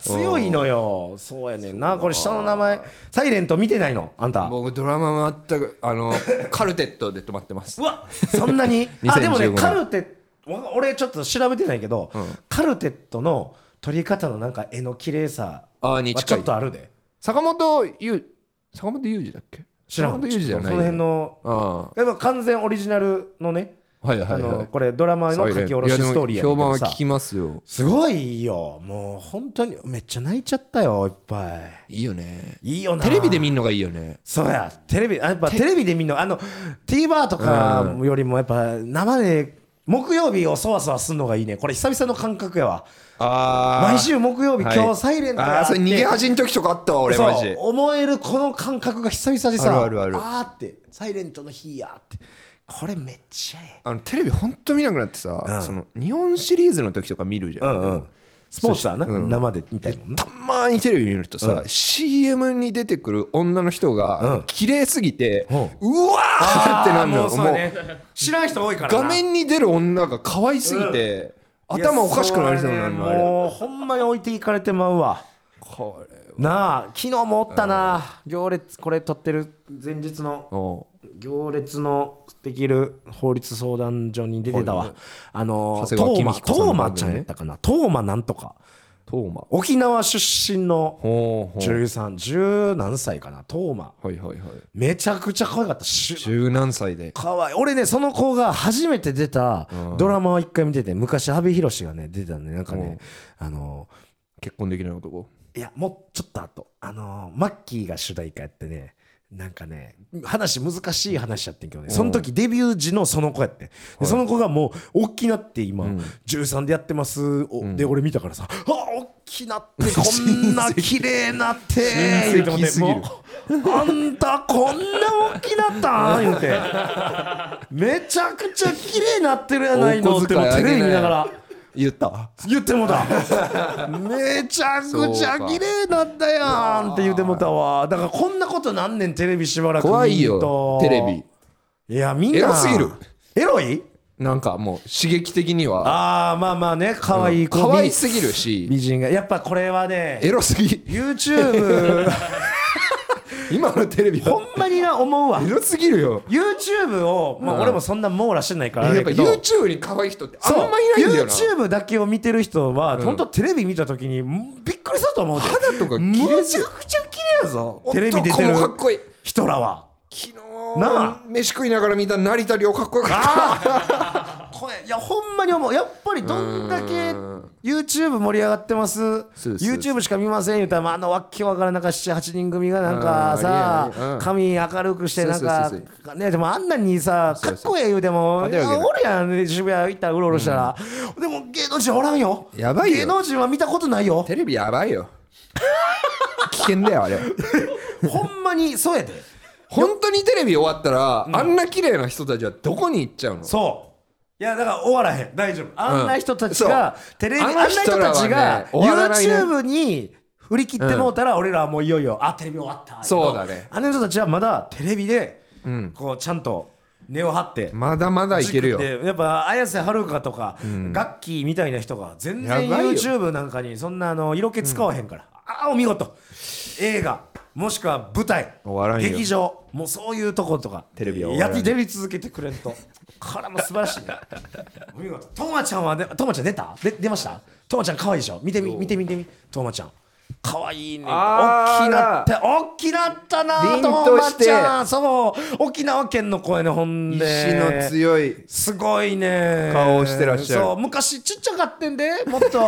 [SPEAKER 2] 強いのよそうやねんなこれ下の名前サイレント見てないのあんた
[SPEAKER 1] 僕ドラマ全くあの カルテットで止まってます
[SPEAKER 2] うわそん なにあでも
[SPEAKER 1] 2015
[SPEAKER 2] ね
[SPEAKER 1] 年
[SPEAKER 2] カルテットわ俺ちょっと調べてないけど、カルテットの撮り方のなんか絵の綺麗さ
[SPEAKER 1] あー
[SPEAKER 2] は
[SPEAKER 1] に近い
[SPEAKER 2] ちょっとあるで
[SPEAKER 1] 坂本裕坂本裕二だっけ
[SPEAKER 2] 知らん
[SPEAKER 1] 坂本裕二じゃない
[SPEAKER 2] その辺の
[SPEAKER 1] あ
[SPEAKER 2] やっぱ完全オリジナルのね、
[SPEAKER 1] あはいはい
[SPEAKER 2] あ
[SPEAKER 1] は
[SPEAKER 2] の
[SPEAKER 1] い
[SPEAKER 2] これドラマの書き下ろしストーリー
[SPEAKER 1] いやでも
[SPEAKER 2] やねんけど
[SPEAKER 1] 評判
[SPEAKER 2] さ
[SPEAKER 1] は聞きますよ
[SPEAKER 2] すごいよもう本当にめっちゃ泣いちゃったよいっぱ
[SPEAKER 1] いいよね
[SPEAKER 2] いいいよな
[SPEAKER 1] テレビで見るのがいいよね
[SPEAKER 2] そうやテレビあやっぱテレビで見るのあの TVer とかよりもやっぱ生で木曜日をそわそわするのがいいねこれ久々の感覚やわ
[SPEAKER 1] あ
[SPEAKER 2] 毎週木曜日、
[SPEAKER 1] はい
[SPEAKER 2] 今日サイレント
[SPEAKER 1] あ
[SPEAKER 2] や
[SPEAKER 1] あそれ逃げ
[SPEAKER 2] って
[SPEAKER 1] 恥の時とかあったわ俺マジ
[SPEAKER 2] そう思えるこの感覚が久々でさ
[SPEAKER 1] あるあるある
[SPEAKER 2] ーってサイレントの日やってこれめっちゃえ
[SPEAKER 1] あのテレビほんと見なくなってさ、
[SPEAKER 2] ん
[SPEAKER 1] その日本シリーズの時とか見るじゃ
[SPEAKER 2] え
[SPEAKER 1] ん、
[SPEAKER 2] スポーツだな、
[SPEAKER 1] うん
[SPEAKER 2] 生でみたいなもんな
[SPEAKER 1] たまにテレビ見るとさ、
[SPEAKER 2] う
[SPEAKER 1] CM に出てくる女の人が、
[SPEAKER 2] うん
[SPEAKER 1] 綺麗すぎて、うわーってなるのよもう
[SPEAKER 2] 知らん人多いから
[SPEAKER 1] 画面に出る女が可愛すぎて、頭おかしくなりそうになるのあれ
[SPEAKER 2] もうほんまに置いていかれてまうわ
[SPEAKER 1] これ
[SPEAKER 2] なあ昨日もおったな行列これ撮ってる前日の
[SPEAKER 1] お
[SPEAKER 2] 行列のできる法律相談所に出てた
[SPEAKER 1] はい
[SPEAKER 2] わ。あの
[SPEAKER 1] 長
[SPEAKER 2] ー、
[SPEAKER 1] 谷川
[SPEAKER 2] トーマ、
[SPEAKER 1] 公
[SPEAKER 2] ト
[SPEAKER 1] 彦さん
[SPEAKER 2] ー
[SPEAKER 1] の
[SPEAKER 2] マ
[SPEAKER 1] 番組ね
[SPEAKER 2] ちゃんやったかな。トーマなんとか。
[SPEAKER 1] トーマ
[SPEAKER 2] 沖縄出身の
[SPEAKER 1] ほうほ
[SPEAKER 2] 女優さん、十何歳かな。トーマ。
[SPEAKER 1] うはいはいはい
[SPEAKER 2] めちゃくちゃ可愛かった。し
[SPEAKER 1] 十何歳で
[SPEAKER 2] 可愛い。俺ね、その子が初めて出たドラマを一回見てて、昔、阿部寛がね、出てたんで、なんかね、あの
[SPEAKER 1] 結婚できない男
[SPEAKER 2] ー、いや、もうちょっと後。あのー、マッキーが主題歌やってね、なんかね、話難しい話やってんけどね、その時デビュー時のその子やってんで、その子がもう大きなって今、13でやってます、おで俺見たからさ「あ大きなって こんな綺麗なっ
[SPEAKER 1] 親
[SPEAKER 2] て」
[SPEAKER 1] 戚すぎる
[SPEAKER 2] 言うてもねもうあんたこんな大きなった ん?」言うて「めちゃくちゃ綺麗なってるやないの」ってもうテレビ見ながら
[SPEAKER 1] 言った
[SPEAKER 2] 言って もだめちゃくちゃ綺麗だったやんって言ってもたわだからこんなことなんねんテレビしばらく
[SPEAKER 1] 怖い
[SPEAKER 2] 見んと
[SPEAKER 1] よテレビ
[SPEAKER 2] いやみんな
[SPEAKER 1] エロすぎる
[SPEAKER 2] エロい
[SPEAKER 1] なんかもう刺激的には
[SPEAKER 2] ああまあまあね可愛い子
[SPEAKER 1] 可愛すぎるし
[SPEAKER 2] 美人がやっぱこれはね
[SPEAKER 1] エロすぎ
[SPEAKER 2] YouTube
[SPEAKER 1] 今のテレビ
[SPEAKER 2] ほんまにな思うわ
[SPEAKER 1] エロすぎるよ
[SPEAKER 2] YouTube を、まあ、俺もそんな網羅してないからあれ
[SPEAKER 1] や
[SPEAKER 2] や
[SPEAKER 1] っぱ
[SPEAKER 2] けど
[SPEAKER 1] YouTube に可愛い人ってあん
[SPEAKER 2] そう
[SPEAKER 1] まいないんだよな
[SPEAKER 2] YouTube だけを見てる人は、本当テレビ見た時にんびっくりすると思うで
[SPEAKER 1] 肌とか
[SPEAKER 2] む
[SPEAKER 1] 綺麗す
[SPEAKER 2] ち
[SPEAKER 1] ぎ
[SPEAKER 2] ゃ
[SPEAKER 1] る
[SPEAKER 2] くちゃ綺麗やぞテレビ出て
[SPEAKER 1] 男
[SPEAKER 2] る
[SPEAKER 1] もかっこいい
[SPEAKER 2] 人らは
[SPEAKER 1] 昨
[SPEAKER 2] なあ
[SPEAKER 1] 日飯食いながら見た成田凌かっこよかった
[SPEAKER 2] これいやほんまに思うやっぱりどんだけ YouTube 盛り上がってます
[SPEAKER 1] そうそう
[SPEAKER 2] YouTube しか見ません言うたら、まあ、あのわっけわからんなんか78人組がなんか
[SPEAKER 1] うんいやいやう
[SPEAKER 2] さ
[SPEAKER 1] ん
[SPEAKER 2] 髪明るくしてなんか
[SPEAKER 1] そうそう
[SPEAKER 2] ねでもあんなにさかっこええ言うてもい
[SPEAKER 1] そう
[SPEAKER 2] や
[SPEAKER 1] そう
[SPEAKER 2] おるやん渋谷行ったらうろうろしたら、でも芸能人おらんよ
[SPEAKER 1] やばいよ
[SPEAKER 2] 芸能人は見たことないよ
[SPEAKER 1] テレビやばい よ危険だよあれ
[SPEAKER 2] ほんまにそうやで
[SPEAKER 1] 本当にテレビ終わったら、あんな綺麗な人たちはどこに行っちゃうの
[SPEAKER 2] そういやだから終わらへん大丈夫あんな人たちが、
[SPEAKER 1] そう
[SPEAKER 2] テレビあ
[SPEAKER 1] あ
[SPEAKER 2] ん
[SPEAKER 1] の
[SPEAKER 2] な人たち
[SPEAKER 1] 人らは
[SPEAKER 2] が
[SPEAKER 1] ね終わらないね
[SPEAKER 2] YouTube に振り切ってもうたら、俺らはもういよいよあテレビ終わった
[SPEAKER 1] そうだね
[SPEAKER 2] あの人たちはまだテレビで、
[SPEAKER 1] ん
[SPEAKER 2] こうちゃんと根を張って、
[SPEAKER 1] まだまだいけるよ
[SPEAKER 2] でやっぱ綾瀬はるかとか、ガッキーみたいな人が全然
[SPEAKER 1] やばいよ
[SPEAKER 2] YouTube なんかにそんなあの色気使わへんから、ああお見事映画もしくは舞台
[SPEAKER 1] お笑いよ
[SPEAKER 2] 劇場もうそういうとことか
[SPEAKER 1] テレビはお
[SPEAKER 2] や
[SPEAKER 1] 笑い
[SPEAKER 2] って出る続けてくれんとこれも素晴 らしいねお見事トマちゃんはねトマちゃん出たで出ましたトマちゃん可愛いでしょ見てみ見てみ見てみトマちゃん可愛いね
[SPEAKER 1] あ
[SPEAKER 2] 大
[SPEAKER 1] ー
[SPEAKER 2] きなって大きなったな
[SPEAKER 1] 凛
[SPEAKER 2] ト
[SPEAKER 1] と
[SPEAKER 2] マ
[SPEAKER 1] して
[SPEAKER 2] ちゃんそう沖縄県の声の本
[SPEAKER 1] 意
[SPEAKER 2] で
[SPEAKER 1] 志の強い
[SPEAKER 2] すごいね
[SPEAKER 1] 顔をしてらっしゃる
[SPEAKER 2] そう昔ちっちゃかってんでもっ と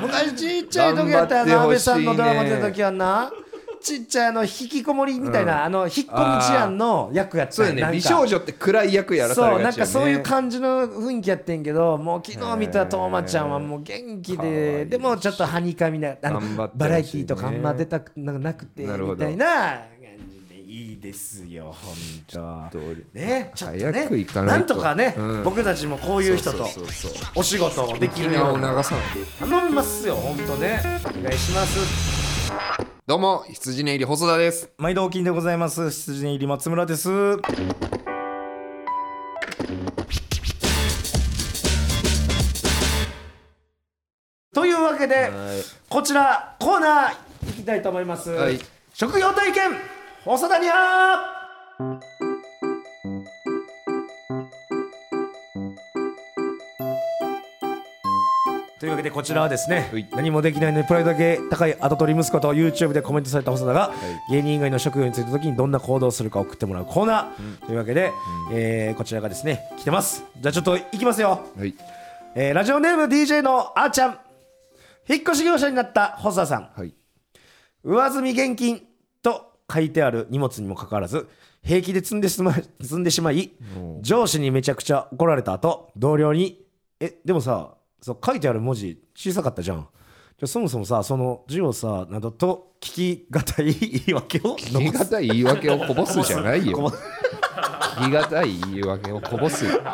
[SPEAKER 2] 昔ちっちゃい時やった
[SPEAKER 1] 頑張ってほし
[SPEAKER 2] よ
[SPEAKER 1] いね
[SPEAKER 2] な安倍さんのドラマ出た時はなちっちゃいあの引きこもりみたいな、あの引っ込み事案の役やって
[SPEAKER 1] そうだね美少女って暗い役やらさ
[SPEAKER 2] そ
[SPEAKER 1] れ
[SPEAKER 2] うな
[SPEAKER 1] が
[SPEAKER 2] ん
[SPEAKER 1] ちよ
[SPEAKER 2] か
[SPEAKER 1] ね
[SPEAKER 2] そういう感じの雰囲気やってんけどもう昨日見たトーマちゃんはもう元気
[SPEAKER 1] かわいい
[SPEAKER 2] で
[SPEAKER 1] し
[SPEAKER 2] でもちょっとはにかみなあの
[SPEAKER 1] 頑張ってほしいね
[SPEAKER 2] バラエティーとかあんま出たくななくて
[SPEAKER 1] なるほど
[SPEAKER 2] みたいな感じでいいですよ本当。ね、ちょっとね
[SPEAKER 1] 早く行かない
[SPEAKER 2] な
[SPEAKER 1] と
[SPEAKER 2] んとかね、
[SPEAKER 1] うん
[SPEAKER 2] 僕たちもこういう人と
[SPEAKER 1] そうそうそう
[SPEAKER 2] お仕事をできる
[SPEAKER 1] 君
[SPEAKER 2] よ
[SPEAKER 1] を
[SPEAKER 2] う
[SPEAKER 1] 流
[SPEAKER 2] に
[SPEAKER 1] さない
[SPEAKER 2] 頼みますよ本当ねお願いします
[SPEAKER 1] どうも羊ね入り細田です
[SPEAKER 2] 毎度お金でございます羊入り松村ですというわけでこちらコーナー行きたいと思います、
[SPEAKER 1] はい
[SPEAKER 2] 職業体験細田にゃーというわけでこちらはですね、
[SPEAKER 1] はい
[SPEAKER 2] 何もできないのにプライドだけ高い跡取り息子と YouTube でコメントされた細田が、
[SPEAKER 1] い
[SPEAKER 2] 芸人以外の職業についた時にどんな行動をするか送ってもらうコーナー、というわけで、えーこちらがですね来てますじゃあちょっと行きますよ
[SPEAKER 1] はい
[SPEAKER 2] えーラジオネーム DJ のあーちゃん引っ越し業者になった細田さん
[SPEAKER 1] はい
[SPEAKER 2] 上積み現金と書いてある荷物にもかかわらず平気で積んでしまい積んでしまい上司にめちゃくちゃ怒られた後同僚に「えでもさそう書いてある文字小さかったじゃん」じゃあそもそもさその字をさなどと聞きがたい言い訳を
[SPEAKER 1] 言い難い言い訳をこぼすじゃない
[SPEAKER 2] こぼ
[SPEAKER 1] よ言い難い言い訳をこぼ す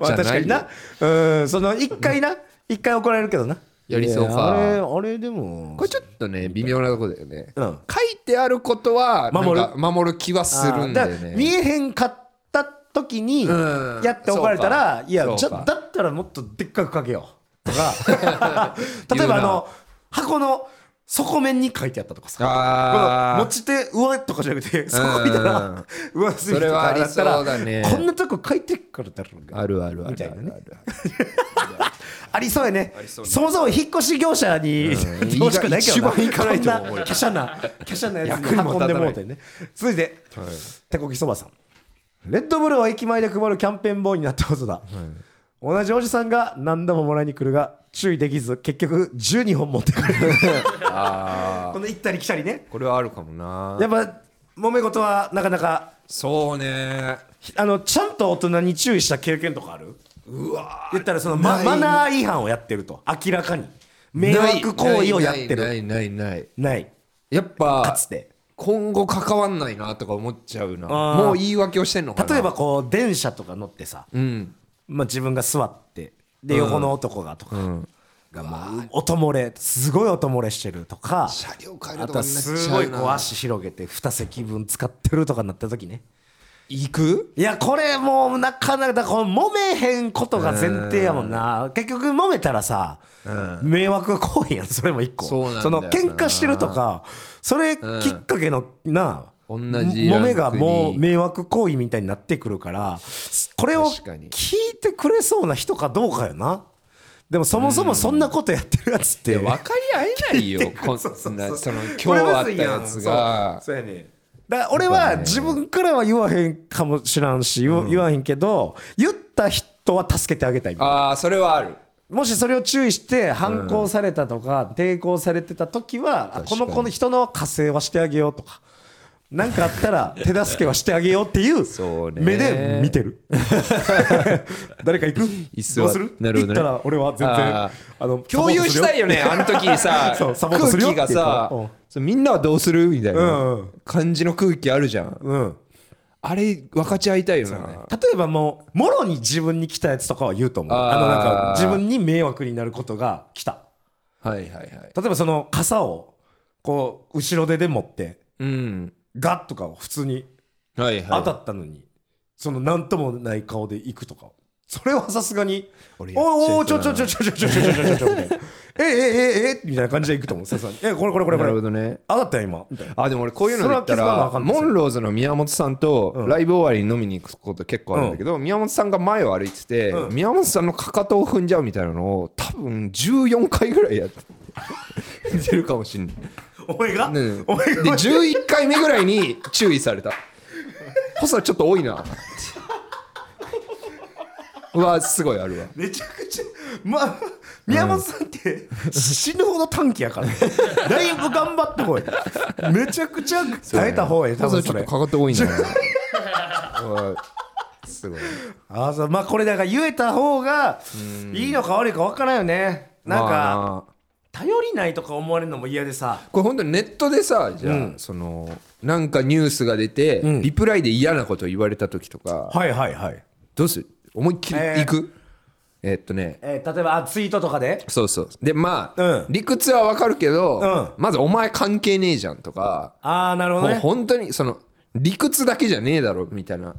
[SPEAKER 2] まあ、
[SPEAKER 1] じゃ
[SPEAKER 2] 確
[SPEAKER 1] な
[SPEAKER 2] か
[SPEAKER 1] い
[SPEAKER 2] に
[SPEAKER 1] よ
[SPEAKER 2] なうんその一回な一回怒られるけどな
[SPEAKER 1] やりそうか
[SPEAKER 2] いやあれあれでも
[SPEAKER 1] これちょっとね微妙なとこだよね、
[SPEAKER 2] うん
[SPEAKER 1] 書いてあることは
[SPEAKER 2] 守る
[SPEAKER 1] なんか守る気はするんだよ
[SPEAKER 2] あーから見
[SPEAKER 1] ね
[SPEAKER 2] えへんかった時に
[SPEAKER 1] うん
[SPEAKER 2] やって怒られたら、
[SPEAKER 1] そうか
[SPEAKER 2] いや
[SPEAKER 1] そう
[SPEAKER 2] じゃ
[SPEAKER 1] か
[SPEAKER 2] だったらもっとでっかく書けよとか 例えばあ
[SPEAKER 1] 言うな
[SPEAKER 2] の箱の底面に書いてあったとかさこの
[SPEAKER 1] あ
[SPEAKER 2] 持ち手上とかじゃなくてそこ見たら 上す
[SPEAKER 1] そ
[SPEAKER 2] ぎと
[SPEAKER 1] れは
[SPEAKER 2] か
[SPEAKER 1] あり
[SPEAKER 2] だったら
[SPEAKER 1] そうだね
[SPEAKER 2] こんなとこ書いてくるだろう
[SPEAKER 1] ー
[SPEAKER 2] が
[SPEAKER 1] あるあるあるある
[SPEAKER 2] みたいなね
[SPEAKER 1] ある
[SPEAKER 2] ありそうやね
[SPEAKER 1] りそうね
[SPEAKER 2] そもそも引っ越し業者に
[SPEAKER 1] ん
[SPEAKER 2] どうしくないけどな
[SPEAKER 1] 一番行かないと思う
[SPEAKER 2] こん
[SPEAKER 1] 俺
[SPEAKER 2] 華奢な華奢なやつ
[SPEAKER 1] 役
[SPEAKER 2] に
[SPEAKER 1] にも
[SPEAKER 2] 運ん
[SPEAKER 1] 立た
[SPEAKER 2] で
[SPEAKER 1] ない
[SPEAKER 2] もうてね続いて
[SPEAKER 1] はい
[SPEAKER 2] 手こきそばさんレッドブルを駅前で配るキャンペーンボーイになった細田、同じおじさんが何度ももらいに来るが注意できず結局12本持ってくる
[SPEAKER 1] あ
[SPEAKER 2] この行ったり来たりね
[SPEAKER 1] ーこれはあるかもな
[SPEAKER 2] やっぱ揉め事はなかなか
[SPEAKER 1] そうね
[SPEAKER 2] ひあのちゃんと大人に注意した経験とかある
[SPEAKER 1] うわ
[SPEAKER 2] 言ったらそのマ
[SPEAKER 1] ない
[SPEAKER 2] マナー違反をやってると明らかに迷惑行為をやってる
[SPEAKER 1] な
[SPEAKER 2] ない
[SPEAKER 1] いないないないやっ
[SPEAKER 2] か
[SPEAKER 1] ぱ
[SPEAKER 2] つて
[SPEAKER 1] 今後関わんないなとか思っちゃうな
[SPEAKER 2] あー
[SPEAKER 1] もう言い訳をしてんのかな
[SPEAKER 2] 例えばこう電車とか乗ってさ、
[SPEAKER 1] うん
[SPEAKER 2] まあ、自分が座ってで横の男がとか、がもう音漏れすごい音漏れしてるとか
[SPEAKER 1] 車両変える
[SPEAKER 2] あ
[SPEAKER 1] と
[SPEAKER 2] と
[SPEAKER 1] か
[SPEAKER 2] は
[SPEAKER 1] になっ
[SPEAKER 2] す
[SPEAKER 1] ちゃ
[SPEAKER 2] ご
[SPEAKER 1] う
[SPEAKER 2] いこう
[SPEAKER 1] な
[SPEAKER 2] 足広げて2席分使ってるとかになった時ね
[SPEAKER 1] 行く
[SPEAKER 2] いやこれもうなかなかだからこの揉めへんことが前提やもんな結局揉めたらさ、迷惑行為やんそれも一個
[SPEAKER 1] そうなんだよ
[SPEAKER 2] の喧嘩してるとかそれきっかけの、な
[SPEAKER 1] 同じ
[SPEAKER 2] 揉めが
[SPEAKER 1] ランク
[SPEAKER 2] もう
[SPEAKER 1] に
[SPEAKER 2] 迷惑行為みたいになってくるからこれを
[SPEAKER 1] 確かに
[SPEAKER 2] 聞いてくれそうな人かどうかよなでもそもそもそんなことやってるやつって、
[SPEAKER 1] 分かり合えない よこんなその今日あったやつが
[SPEAKER 2] そうそうやねだから俺は自分からは言わへんかもしらんし、言わ言わへんけど言った人は助けてあげたいみたい
[SPEAKER 1] ああそれはある
[SPEAKER 2] もしそれを注意して反抗されたとか、抵抗されてた時はあこ
[SPEAKER 1] 確
[SPEAKER 2] の
[SPEAKER 1] かに
[SPEAKER 2] この人の加勢はしてあげようとか何かあっ たら手助けはしてあげようっていう
[SPEAKER 1] そうね
[SPEAKER 2] 目で見て る誰か行く
[SPEAKER 1] いっそ
[SPEAKER 2] ど
[SPEAKER 1] は
[SPEAKER 2] うする
[SPEAKER 1] なるほどね
[SPEAKER 2] 行ったら俺は全然
[SPEAKER 1] あ
[SPEAKER 2] あ
[SPEAKER 1] ー
[SPEAKER 2] の
[SPEAKER 1] 共有したいよ
[SPEAKER 2] よ
[SPEAKER 1] ねあの時さ
[SPEAKER 2] そうサポート
[SPEAKER 1] 空
[SPEAKER 2] するよっ
[SPEAKER 1] 気
[SPEAKER 2] ていう
[SPEAKER 1] がさ
[SPEAKER 2] かうん
[SPEAKER 1] そうみんなはどうするみたい
[SPEAKER 2] うんう
[SPEAKER 1] なん感じの空気あるじゃん
[SPEAKER 2] うん
[SPEAKER 1] あれ分かち合いたいよな
[SPEAKER 2] 例えばもうもろに自分に来たやつとかは言うと思う
[SPEAKER 1] あ
[SPEAKER 2] あ
[SPEAKER 1] ー
[SPEAKER 2] のなんか自分に迷惑になることが来た
[SPEAKER 1] はいはいはい
[SPEAKER 2] 例えばその傘をこう後ろ手で持って
[SPEAKER 1] うん
[SPEAKER 2] ガッとかを普通に
[SPEAKER 1] はいはい
[SPEAKER 2] 当たったのに、その何ともない顔で行くとかそれはさすがに「お
[SPEAKER 1] 俺
[SPEAKER 2] い
[SPEAKER 1] やっちゃいそうだな
[SPEAKER 2] おいちょちょちょちょちょちょちょちょちょちょ」みたいな「えええええみたいな感じで行くと思うさすがに「えこれこれこれこ
[SPEAKER 1] な
[SPEAKER 2] れ
[SPEAKER 1] るほどね
[SPEAKER 2] 当たったよ今」みたいな
[SPEAKER 1] あでも俺こういうので言った
[SPEAKER 2] それは気づかなあ
[SPEAKER 1] ら
[SPEAKER 2] かんですよ
[SPEAKER 1] モンローズの宮本さんとライブ終わりに飲みに行くこと結構あるんだけど、宮本さんが前を歩いてて、
[SPEAKER 2] うん
[SPEAKER 1] 宮本さんのかかとを踏んじゃうみたいなのを多分14回ぐらいやってやってるかもし んない。
[SPEAKER 2] お前が、
[SPEAKER 1] ね
[SPEAKER 2] お前
[SPEAKER 1] で
[SPEAKER 2] が
[SPEAKER 1] 11回目ぐらいに注意された細さちょっと多いなって うわすごいあるわ
[SPEAKER 2] めちゃくちゃまあ宮本さんって死ぬほど短期やからねだいぶ頑張ってこいめちゃくちゃ耐えた方がいい多
[SPEAKER 1] 細
[SPEAKER 2] 分
[SPEAKER 1] さちょ
[SPEAKER 2] そ
[SPEAKER 1] っと
[SPEAKER 2] れ
[SPEAKER 1] かかと多いなうわ すごい
[SPEAKER 2] あそうまあこれだから言えた方がいいのか悪いか分からんよねなんか、
[SPEAKER 1] まあな
[SPEAKER 2] 頼りないとか思われるのも嫌でさ
[SPEAKER 1] これ本当にネットでさじゃあ、そのなんかニュースが出て、
[SPEAKER 2] ん
[SPEAKER 1] リプライで嫌なこと言われた時とか、
[SPEAKER 2] はいはいはい、
[SPEAKER 1] どうする思いっきり
[SPEAKER 2] えー
[SPEAKER 1] 行くえーっとね
[SPEAKER 2] えー例えばあツイートとかで
[SPEAKER 1] そうそうでまあ、
[SPEAKER 2] うん
[SPEAKER 1] 理屈はわかるけど、
[SPEAKER 2] う
[SPEAKER 1] まず「お前関係ねえじゃん」とか、
[SPEAKER 2] ああなるほど
[SPEAKER 1] もう
[SPEAKER 2] ね
[SPEAKER 1] 本当にその理屈だけじゃねえだろみたいな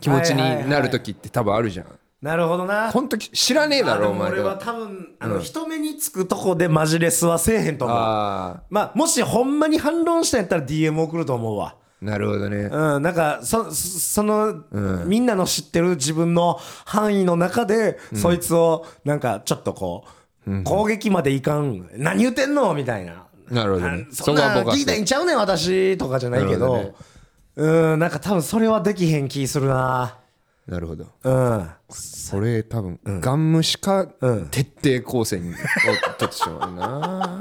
[SPEAKER 1] 気持ちになる時って多分あるじゃん、
[SPEAKER 2] なるほどな
[SPEAKER 1] 本当知らねえだ
[SPEAKER 2] あで
[SPEAKER 1] ろお
[SPEAKER 2] も
[SPEAKER 1] 前
[SPEAKER 2] 俺は
[SPEAKER 1] が
[SPEAKER 2] 多分あの、人目につくとこでマジレスはせえへんと思う
[SPEAKER 1] あ
[SPEAKER 2] まあもしほんまに反論したんやったら DM 送ると思うわ
[SPEAKER 1] あなるほどね
[SPEAKER 2] うん、なんかそそその、みんなの知ってる自分の範囲の中で、そいつをなんかちょっとこう、攻撃までいかん何言ってんのみたいな
[SPEAKER 1] なるほどね
[SPEAKER 2] あそんな
[SPEAKER 1] そこは僕は
[SPEAKER 2] 聞いたんちゃうねん私とかじゃないけ
[SPEAKER 1] な
[SPEAKER 2] ど
[SPEAKER 1] るほどね
[SPEAKER 2] うんなんか多分それはできへん気するな
[SPEAKER 1] なるほど
[SPEAKER 2] うん
[SPEAKER 1] それ多分、ガン無視か、徹底抗戦を取ってしまうな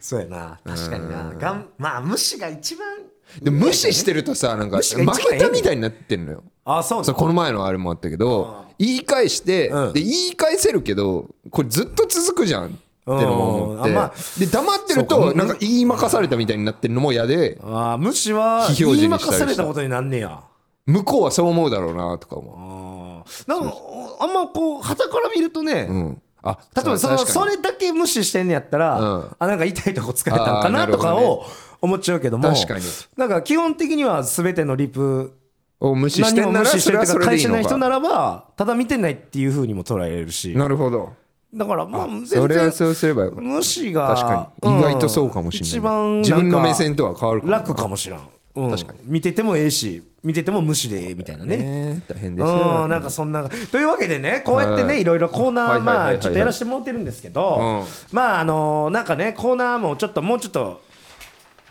[SPEAKER 2] そうやな確かにな、がんまあ無視が一番
[SPEAKER 1] で無視してるとさなんか
[SPEAKER 2] 無視が一番
[SPEAKER 1] 負けたみたいになってんのよ
[SPEAKER 2] あそう
[SPEAKER 1] そうこの前のあれもあったけど言い返して、
[SPEAKER 2] うん
[SPEAKER 1] で言い返せるけどこれずっと続くじゃんってのも思って、
[SPEAKER 2] うんあまあ
[SPEAKER 1] で黙ってる
[SPEAKER 2] そう
[SPEAKER 1] と
[SPEAKER 2] か
[SPEAKER 1] なんか言いまかされたみたいになってるのも嫌で
[SPEAKER 2] あー無視は
[SPEAKER 1] 非
[SPEAKER 2] 言
[SPEAKER 1] 表
[SPEAKER 2] い
[SPEAKER 1] 示
[SPEAKER 2] ま
[SPEAKER 1] にした
[SPEAKER 2] か
[SPEAKER 1] りした
[SPEAKER 2] されたことになんねや
[SPEAKER 1] 向こうはそう思うだろうなとか思
[SPEAKER 2] あーなんかおあんまこう傍から見るとね、
[SPEAKER 1] う、うん、あ
[SPEAKER 2] 例えばその
[SPEAKER 1] 確か
[SPEAKER 2] そ
[SPEAKER 1] に
[SPEAKER 2] れだけ無視してんねやったら、
[SPEAKER 1] うん
[SPEAKER 2] あなんか痛いとこ疲れたんか
[SPEAKER 1] あ
[SPEAKER 2] な
[SPEAKER 1] ーなる
[SPEAKER 2] と
[SPEAKER 1] ほど
[SPEAKER 2] か
[SPEAKER 1] ね
[SPEAKER 2] を思っちゃうけども
[SPEAKER 1] 確かに
[SPEAKER 2] なんか基本的には全てのリプ
[SPEAKER 1] を無視し
[SPEAKER 2] 何
[SPEAKER 1] て
[SPEAKER 2] も
[SPEAKER 1] んな
[SPEAKER 2] 無
[SPEAKER 1] ら
[SPEAKER 2] 視し
[SPEAKER 1] そ
[SPEAKER 2] て
[SPEAKER 1] れ
[SPEAKER 2] る
[SPEAKER 1] は
[SPEAKER 2] と
[SPEAKER 1] そ
[SPEAKER 2] か
[SPEAKER 1] れで
[SPEAKER 2] 返
[SPEAKER 1] いい
[SPEAKER 2] してない
[SPEAKER 1] の
[SPEAKER 2] 人
[SPEAKER 1] か
[SPEAKER 2] ならばただ見てないっていうふうにも捉えれるし
[SPEAKER 1] なるほど
[SPEAKER 2] だからまあ全
[SPEAKER 1] それは
[SPEAKER 2] 然
[SPEAKER 1] そうすればよかった
[SPEAKER 2] 無視が
[SPEAKER 1] 確かに
[SPEAKER 2] ん
[SPEAKER 1] 意外とそうかもしれない
[SPEAKER 2] 一番
[SPEAKER 1] 自分の
[SPEAKER 2] なんか
[SPEAKER 1] 目線とは変わるかもな
[SPEAKER 2] 楽かもしらん、うん、確かに見ててもええし見てても無視でええみたいなね
[SPEAKER 1] ね大変ですよ
[SPEAKER 2] うん、なんかそんな。というわけでね、こうやって
[SPEAKER 1] は
[SPEAKER 2] ね、
[SPEAKER 1] い
[SPEAKER 2] いろいろコーナ
[SPEAKER 1] は
[SPEAKER 2] ー、
[SPEAKER 1] いはいはい
[SPEAKER 2] ま
[SPEAKER 1] はい
[SPEAKER 2] あ、ちょっとやらせてもらってるんですけど、
[SPEAKER 1] う
[SPEAKER 2] まあ、あのー、なんかね、コーナーもちょっと、もうちょっと、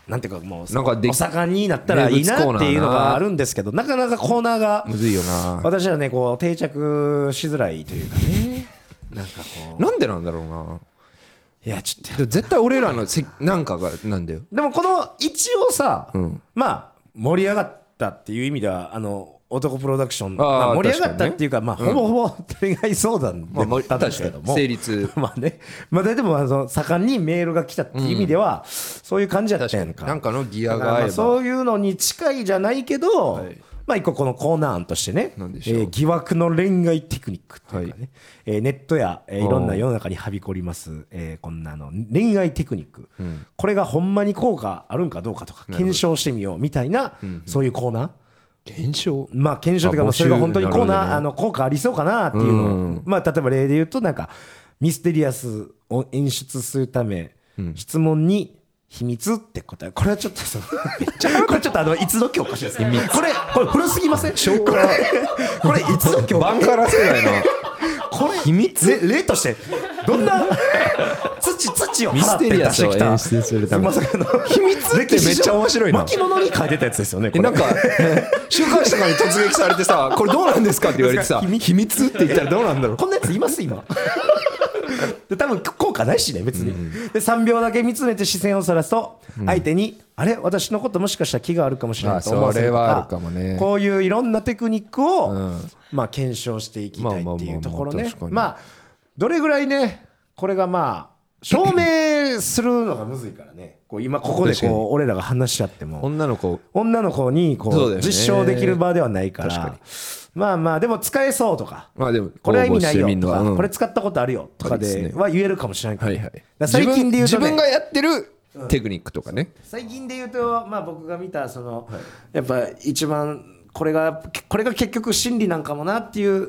[SPEAKER 2] なんていうか、もう、
[SPEAKER 1] なんかでき
[SPEAKER 2] お盛んになったらいいなっていうのがあるんですけど、なかなかコーナーが、
[SPEAKER 1] むずいよな
[SPEAKER 2] 私はね、こう、定着しづらいというかね、なんかこ
[SPEAKER 1] なんでなんだろうない
[SPEAKER 2] や、ちょっと、
[SPEAKER 1] でも絶対俺らのせなんかがなんだよ
[SPEAKER 2] でもこの一応さ、まあ盛り上がったっていう意味ではあの男プロダクション
[SPEAKER 1] あー
[SPEAKER 2] まあ、盛り上がっ
[SPEAKER 1] 確
[SPEAKER 2] た
[SPEAKER 1] かに
[SPEAKER 2] っ
[SPEAKER 1] ね
[SPEAKER 2] ていうかまあ、ほぼほぼ恋愛相談
[SPEAKER 1] まあまあ
[SPEAKER 2] だったんですけど
[SPEAKER 1] 確
[SPEAKER 2] も、
[SPEAKER 1] かに成立
[SPEAKER 2] まあねまあでもあの盛んにメールが来たっていう意味では、そういう感じやったやんか
[SPEAKER 1] なんかのギア
[SPEAKER 2] だから
[SPEAKER 1] が合
[SPEAKER 2] ま
[SPEAKER 1] え
[SPEAKER 2] あ
[SPEAKER 1] ば
[SPEAKER 2] そういうのに近いじゃないけど、まあ一個このコーナー案としてね、え
[SPEAKER 1] 何でしょう
[SPEAKER 2] ー疑惑の恋愛テクニックというかね、
[SPEAKER 1] は
[SPEAKER 2] えーネットや、え
[SPEAKER 1] お
[SPEAKER 2] ー
[SPEAKER 1] ー
[SPEAKER 2] いろんな世の中にはびこります、えーこんなあの恋愛テクニック、これがほんまに効果あるんかどうかとか検証してみようみたいな、そういうコーナー。
[SPEAKER 1] 検証
[SPEAKER 2] まあ検証というか、ま
[SPEAKER 1] あ
[SPEAKER 2] あ、それが本当にコ
[SPEAKER 1] な
[SPEAKER 2] ー
[SPEAKER 1] る
[SPEAKER 2] ナ
[SPEAKER 1] ほど
[SPEAKER 2] ー
[SPEAKER 1] ね
[SPEAKER 2] あの効果ありそうかなっていうのを、
[SPEAKER 1] うん
[SPEAKER 2] まあ例えば例で言うとなんかミステリアスを演出するため、質問に秘密って答えこれはちょっと そのこれちょっとあのいつの教科書ですかこれこれ古すぎません昭和これいつの教科
[SPEAKER 1] バンカラ世代な
[SPEAKER 2] これ
[SPEAKER 1] 秘密
[SPEAKER 2] れ例としてどんな土土を
[SPEAKER 1] ミ
[SPEAKER 2] 払
[SPEAKER 1] ス
[SPEAKER 2] って
[SPEAKER 1] テリ
[SPEAKER 2] 出
[SPEAKER 1] アス
[SPEAKER 2] して
[SPEAKER 1] を
[SPEAKER 2] きた
[SPEAKER 1] 演出するため
[SPEAKER 2] まさかの秘密
[SPEAKER 1] ってめっちゃ面白いな
[SPEAKER 2] 巻物に書いてたやつですよねこ
[SPEAKER 1] えな
[SPEAKER 2] れ
[SPEAKER 1] んか週刊誌とかに突撃されてさこれどうなんですかって言われてさ
[SPEAKER 2] 秘密
[SPEAKER 1] 秘密って言ったらどうなんだろう
[SPEAKER 2] こんなやついます 今で多分効果ないしね別に、で3秒だけ見つめて視線をさらすと相手に、あれ私のこともしかしたら気があるかもしれないと思わせるとか
[SPEAKER 1] あそれはあるかもね
[SPEAKER 2] こういういろんなテクニックを、
[SPEAKER 1] ん
[SPEAKER 2] まあ、検証していきたい
[SPEAKER 1] まあまあまあまあ
[SPEAKER 2] っていうところね
[SPEAKER 1] 確かに
[SPEAKER 2] まあどれぐらいねこれがまあ証明するのがむずいからねこう今ここで
[SPEAKER 1] 確かに
[SPEAKER 2] こう俺らが話し合っても
[SPEAKER 1] 女の子
[SPEAKER 2] 女の子にこ
[SPEAKER 1] そうだ
[SPEAKER 2] う
[SPEAKER 1] よね
[SPEAKER 2] 実証できる場ではないから
[SPEAKER 1] 確か
[SPEAKER 2] まあまあでも使えそうとか
[SPEAKER 1] まあでも
[SPEAKER 2] これは意味ない
[SPEAKER 1] 応募してみ
[SPEAKER 2] よ
[SPEAKER 1] ん
[SPEAKER 2] と
[SPEAKER 1] の
[SPEAKER 2] か、
[SPEAKER 1] はうん
[SPEAKER 2] これ使ったことあるよとか
[SPEAKER 1] ありで
[SPEAKER 2] です
[SPEAKER 1] ね
[SPEAKER 2] は言えるかもしれないから,、
[SPEAKER 1] はいはい
[SPEAKER 2] 最近で言う
[SPEAKER 1] 自
[SPEAKER 2] と、ね、
[SPEAKER 1] 分自分がやってるテクニックとかね
[SPEAKER 2] 最近で言うと、まあ、僕が見たその、やっぱ一番これがこれが結局真理なんかもなっていう、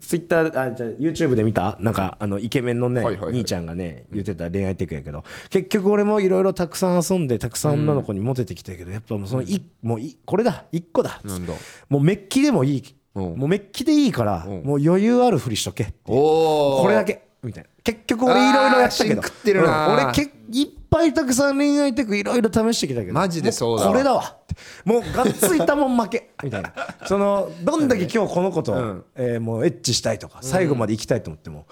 [SPEAKER 2] ツイッターあじゃあ YouTube で見たなんかあのイケメンのね、
[SPEAKER 1] はいはいはい
[SPEAKER 2] 兄ちゃんがね言ってた恋愛テクやけど結局俺もいろいろたくさん遊んでたくさん女の子にモテてきたけど、やっぱもうそのい、もういこれだ一個だ
[SPEAKER 1] なんだ
[SPEAKER 2] もうメッキでもいい、
[SPEAKER 1] うん
[SPEAKER 2] もうメッキでいいから、
[SPEAKER 1] うん
[SPEAKER 2] もう余裕あるふりしとけっていう
[SPEAKER 1] お
[SPEAKER 2] これだけみたいな結局俺いろいろやったけど
[SPEAKER 1] あー芯食ってるな
[SPEAKER 2] うん俺けいっぱいたくさん恋愛テクいろいろ試してきたけど
[SPEAKER 1] マジでそうだわ
[SPEAKER 2] もこれだわってもうがっついたもん負け みたいなそのどんだけ今日この子と、
[SPEAKER 1] ん
[SPEAKER 2] えーもうエッチしたいとか最後まで行きたいと思っても、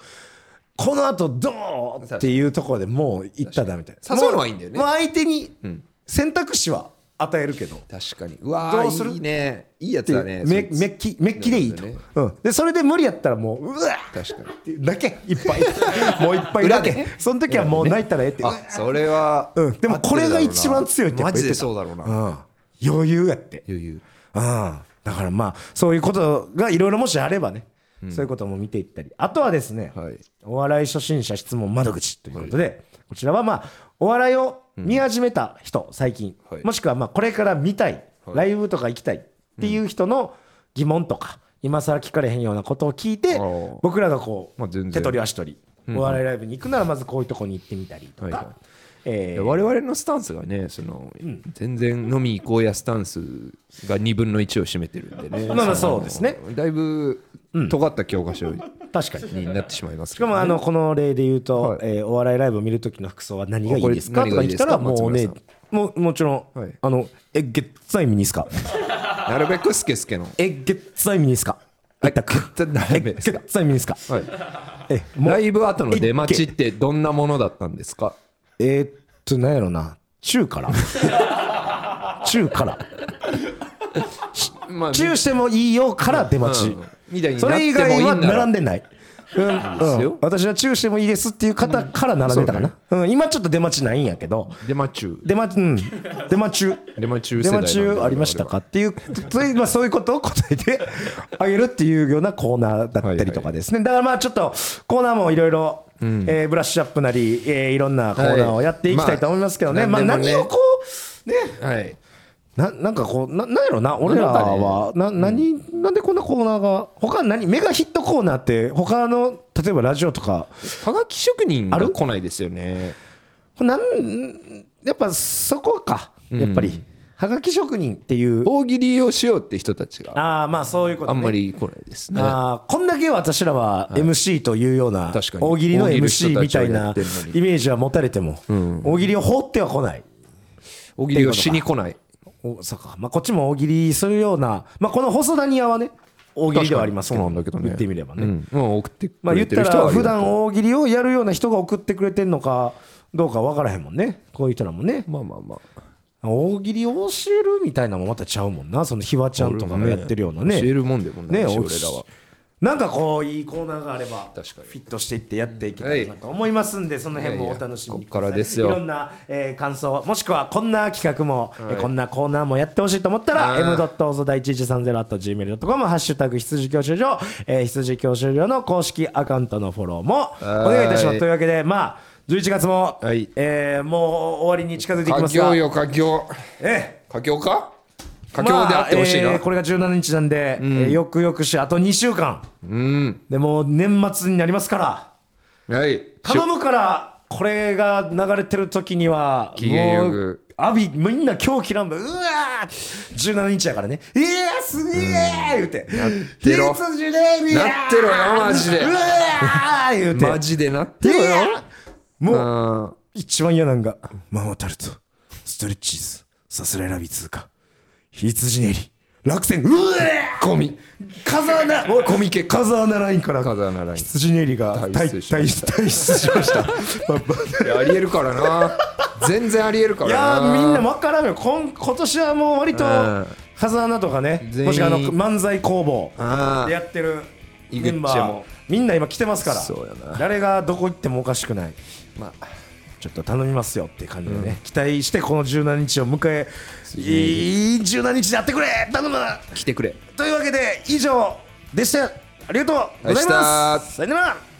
[SPEAKER 2] この後どうっていうところでもう行っただみたいな
[SPEAKER 1] 確かに誘うのはいいんだよね
[SPEAKER 2] もうもう相手に選択肢は与えるけど、
[SPEAKER 1] 確かにうわー
[SPEAKER 2] どうする
[SPEAKER 1] いいねいいや
[SPEAKER 2] って
[SPEAKER 1] つ
[SPEAKER 2] い
[SPEAKER 1] だ
[SPEAKER 2] う
[SPEAKER 1] ね
[SPEAKER 2] め
[SPEAKER 1] そ
[SPEAKER 2] メ
[SPEAKER 1] い
[SPEAKER 2] ッキメッキでいいと、
[SPEAKER 1] なる
[SPEAKER 2] うん、でそれで無理やったらもううわー
[SPEAKER 1] つ確かに
[SPEAKER 2] っていうだけいっぱい もういっぱいだけ、
[SPEAKER 1] 裏で
[SPEAKER 2] その時はもう泣いたらええって、
[SPEAKER 1] あそれは
[SPEAKER 2] うん、でもこれが一番強いってやっ
[SPEAKER 1] マ
[SPEAKER 2] ぱ言
[SPEAKER 1] ジで
[SPEAKER 2] ってた
[SPEAKER 1] そうだろうな
[SPEAKER 2] うん、余裕やって、
[SPEAKER 1] 余裕
[SPEAKER 2] うん、だからまあそういうことがいろいろもしあればね、そういうことも見ていったりあとはですね、
[SPEAKER 1] はい
[SPEAKER 2] お笑い初心者質問窓口ということで、こちらはまあお笑いを見始めた人、最近、
[SPEAKER 1] はい
[SPEAKER 2] もしくはまあこれから見たい、ライブとか行きたいっていう人の疑問とか、今更聞かれへんようなことを聞いて
[SPEAKER 1] あー
[SPEAKER 2] 僕らがこう、
[SPEAKER 1] まあ全然
[SPEAKER 2] 手取り足取りお笑いライブに行くならまずこういうとこに行ってみたりとか、
[SPEAKER 1] はいはい
[SPEAKER 2] えー
[SPEAKER 1] 我々のスタンスがねその、全然飲み行こうやスタンスが2分の1を占めてるんでね
[SPEAKER 2] まあまあそうですね
[SPEAKER 1] のだいぶ尖った教科書に
[SPEAKER 2] 確かに
[SPEAKER 1] なってしまいます
[SPEAKER 2] し
[SPEAKER 1] け
[SPEAKER 2] か
[SPEAKER 1] ど、
[SPEAKER 2] もあのこの例で言うと、
[SPEAKER 1] はい
[SPEAKER 2] えーお笑いライブを見るときの服装は何がいいです
[SPEAKER 1] あ
[SPEAKER 2] か
[SPEAKER 1] ことれ何がい
[SPEAKER 2] か言
[SPEAKER 1] いで
[SPEAKER 2] った
[SPEAKER 1] す
[SPEAKER 2] ら
[SPEAKER 1] か
[SPEAKER 2] もうね
[SPEAKER 1] 松
[SPEAKER 2] もうもちろん、
[SPEAKER 1] はい
[SPEAKER 2] あのえげっついミニスカ
[SPEAKER 1] なるべくスケスケの
[SPEAKER 2] えげっついミニスカ
[SPEAKER 1] はい
[SPEAKER 2] 一択
[SPEAKER 1] 絶対ダメです
[SPEAKER 2] えげっついミニスカ
[SPEAKER 1] はい
[SPEAKER 2] えもう
[SPEAKER 1] ライブ後の出待ちってどんなものだったんですか
[SPEAKER 2] えーっとなんやろな中から中から
[SPEAKER 1] まあ
[SPEAKER 2] 中してもいいよから出待ち、
[SPEAKER 1] うんみたいに
[SPEAKER 2] そ
[SPEAKER 1] なっ
[SPEAKER 2] れ以
[SPEAKER 1] てもい
[SPEAKER 2] 外
[SPEAKER 1] い
[SPEAKER 2] は
[SPEAKER 1] んなら
[SPEAKER 2] 並んでない。うん
[SPEAKER 1] す
[SPEAKER 2] う
[SPEAKER 1] よ
[SPEAKER 2] ん、私はチューしてもいいですっていう方から並んでたかな、うん今ちょっと出待ちないんやけど
[SPEAKER 1] 出待ち中
[SPEAKER 2] 出待ち、うん、出待ち
[SPEAKER 1] 出待ち中世
[SPEAKER 2] 出
[SPEAKER 1] 代なん
[SPEAKER 2] 待
[SPEAKER 1] で
[SPEAKER 2] ちありましたか っていうそういうまあそういうことを答えてあげるっていうようなコーナーだったりとかですね、だからまあちょっとコーナーもいろいろえーブラッシュアップなり、えーいろんなコーナーをやっていきたいと思いますけどね、
[SPEAKER 1] はい
[SPEAKER 2] ま
[SPEAKER 1] ま
[SPEAKER 2] あ
[SPEAKER 1] あ何で
[SPEAKER 2] 何
[SPEAKER 1] もね
[SPEAKER 2] をこうね
[SPEAKER 1] はい
[SPEAKER 2] ななんかこうななんやろな俺らはな何、なんでこんなコーナーが他何メガヒットコーナーって他の例えばラジオとか
[SPEAKER 1] はがき職人が来ないですよね
[SPEAKER 2] これなんやっぱそこかやっぱり、はがき職人っていう
[SPEAKER 1] 大喜利をしようって人たちが
[SPEAKER 2] ああまあそういうこと、
[SPEAKER 1] あ
[SPEAKER 2] ね、
[SPEAKER 1] んまり来ないですね
[SPEAKER 2] あーこんだけ私らは MC というような
[SPEAKER 1] 確かに
[SPEAKER 2] 大喜利の
[SPEAKER 1] 大喜利の人
[SPEAKER 2] MC み
[SPEAKER 1] たち
[SPEAKER 2] た
[SPEAKER 1] をや
[SPEAKER 2] いな
[SPEAKER 1] ってんのに
[SPEAKER 2] イメージは持たれても大喜利を放っては来ない
[SPEAKER 1] 大喜利をしに来ない
[SPEAKER 2] おそうか、まあ、こっちも大喜利するような、まあ、この細田庭はね大喜利ではありますけど
[SPEAKER 1] そうなんだけどね
[SPEAKER 2] 言ってみればね、
[SPEAKER 1] うんまあ送って
[SPEAKER 2] ま
[SPEAKER 1] く
[SPEAKER 2] あ
[SPEAKER 1] れ
[SPEAKER 2] 言ってた
[SPEAKER 1] る人
[SPEAKER 2] ら
[SPEAKER 1] はあり
[SPEAKER 2] 普
[SPEAKER 1] がとう
[SPEAKER 2] 段大喜利をやるような人が送ってくれてんのかどうか分からへんもんねこういう人らもね
[SPEAKER 1] まあまあまあ
[SPEAKER 2] 大喜利を教えるみたいなのもまたちゃうもんなそのひわちゃんとかがやってるようなね
[SPEAKER 1] 教えるもんでもない
[SPEAKER 2] ね
[SPEAKER 1] し
[SPEAKER 2] お
[SPEAKER 1] 俺らは
[SPEAKER 2] なんかこういいコーナーがあれば
[SPEAKER 1] 確かに
[SPEAKER 2] フィットしていってやっていけたらなと思いますんでその辺もお楽しみにくださ
[SPEAKER 1] いやいやこっからですよ
[SPEAKER 2] いろんな、えー感想もしくはこんな企画も、えーこんなコーナーもやってほしいと思ったら
[SPEAKER 1] うん
[SPEAKER 2] m おぞ第1130 gmail.com ハッシュタグ羊教習所、えー羊教習所の公式アカウントのフォローもお願いいたしま
[SPEAKER 1] は
[SPEAKER 2] す
[SPEAKER 1] い
[SPEAKER 2] というわけでまあ11月も、
[SPEAKER 1] はい
[SPEAKER 2] えーもう終わりに近づいていき
[SPEAKER 1] 佳
[SPEAKER 2] ますが
[SPEAKER 1] 境よ佳境
[SPEAKER 2] え
[SPEAKER 1] 佳境か佳境であってほしいな、
[SPEAKER 2] まあえーこれが17日なんで、えーよくよくしあと2週間
[SPEAKER 1] うん
[SPEAKER 2] でもう年末になりますから
[SPEAKER 1] はい
[SPEAKER 2] 頼むからこれが流れてる時には
[SPEAKER 1] 機嫌よく
[SPEAKER 2] もうアビみんな狂気乱舞うわー17日やからねいやーすげえ言うてや
[SPEAKER 1] ってろなってろよマジで
[SPEAKER 2] うわー言うて
[SPEAKER 1] マジでなってろ
[SPEAKER 2] いや
[SPEAKER 1] よう
[SPEAKER 2] もうん一番嫌なんがママタルトストレッチーズさすらいラビ通過羊練り落選うわー
[SPEAKER 1] ゴミ
[SPEAKER 2] 風穴おい
[SPEAKER 1] コミケ
[SPEAKER 2] 風穴ラインから
[SPEAKER 1] 風穴ライン
[SPEAKER 2] 羊練りが退
[SPEAKER 1] 退
[SPEAKER 2] 退
[SPEAKER 1] 出
[SPEAKER 2] 出
[SPEAKER 1] しました
[SPEAKER 2] しま した
[SPEAKER 1] いやありえるから な全然ありえるか
[SPEAKER 2] い
[SPEAKER 1] ら
[SPEAKER 2] や
[SPEAKER 1] な
[SPEAKER 2] ーみんな分からんよ今今年はもう割と
[SPEAKER 1] うん
[SPEAKER 2] 風穴とかね
[SPEAKER 1] 全員
[SPEAKER 2] もしくはあの漫才工房
[SPEAKER 1] あ
[SPEAKER 2] でやってる
[SPEAKER 1] 井口
[SPEAKER 2] メンバー
[SPEAKER 1] も
[SPEAKER 2] みんな今来てますから
[SPEAKER 1] そうやな
[SPEAKER 2] 誰がどこ行ってもおかしくない
[SPEAKER 1] まあ
[SPEAKER 2] ちょっと頼みますよっていう感じでね、期待してこの17日を迎えいい17日でやってくれ頼む
[SPEAKER 1] 来てくれ
[SPEAKER 2] というわけで以上でしたありがとうござい
[SPEAKER 1] でした
[SPEAKER 2] ますさよなら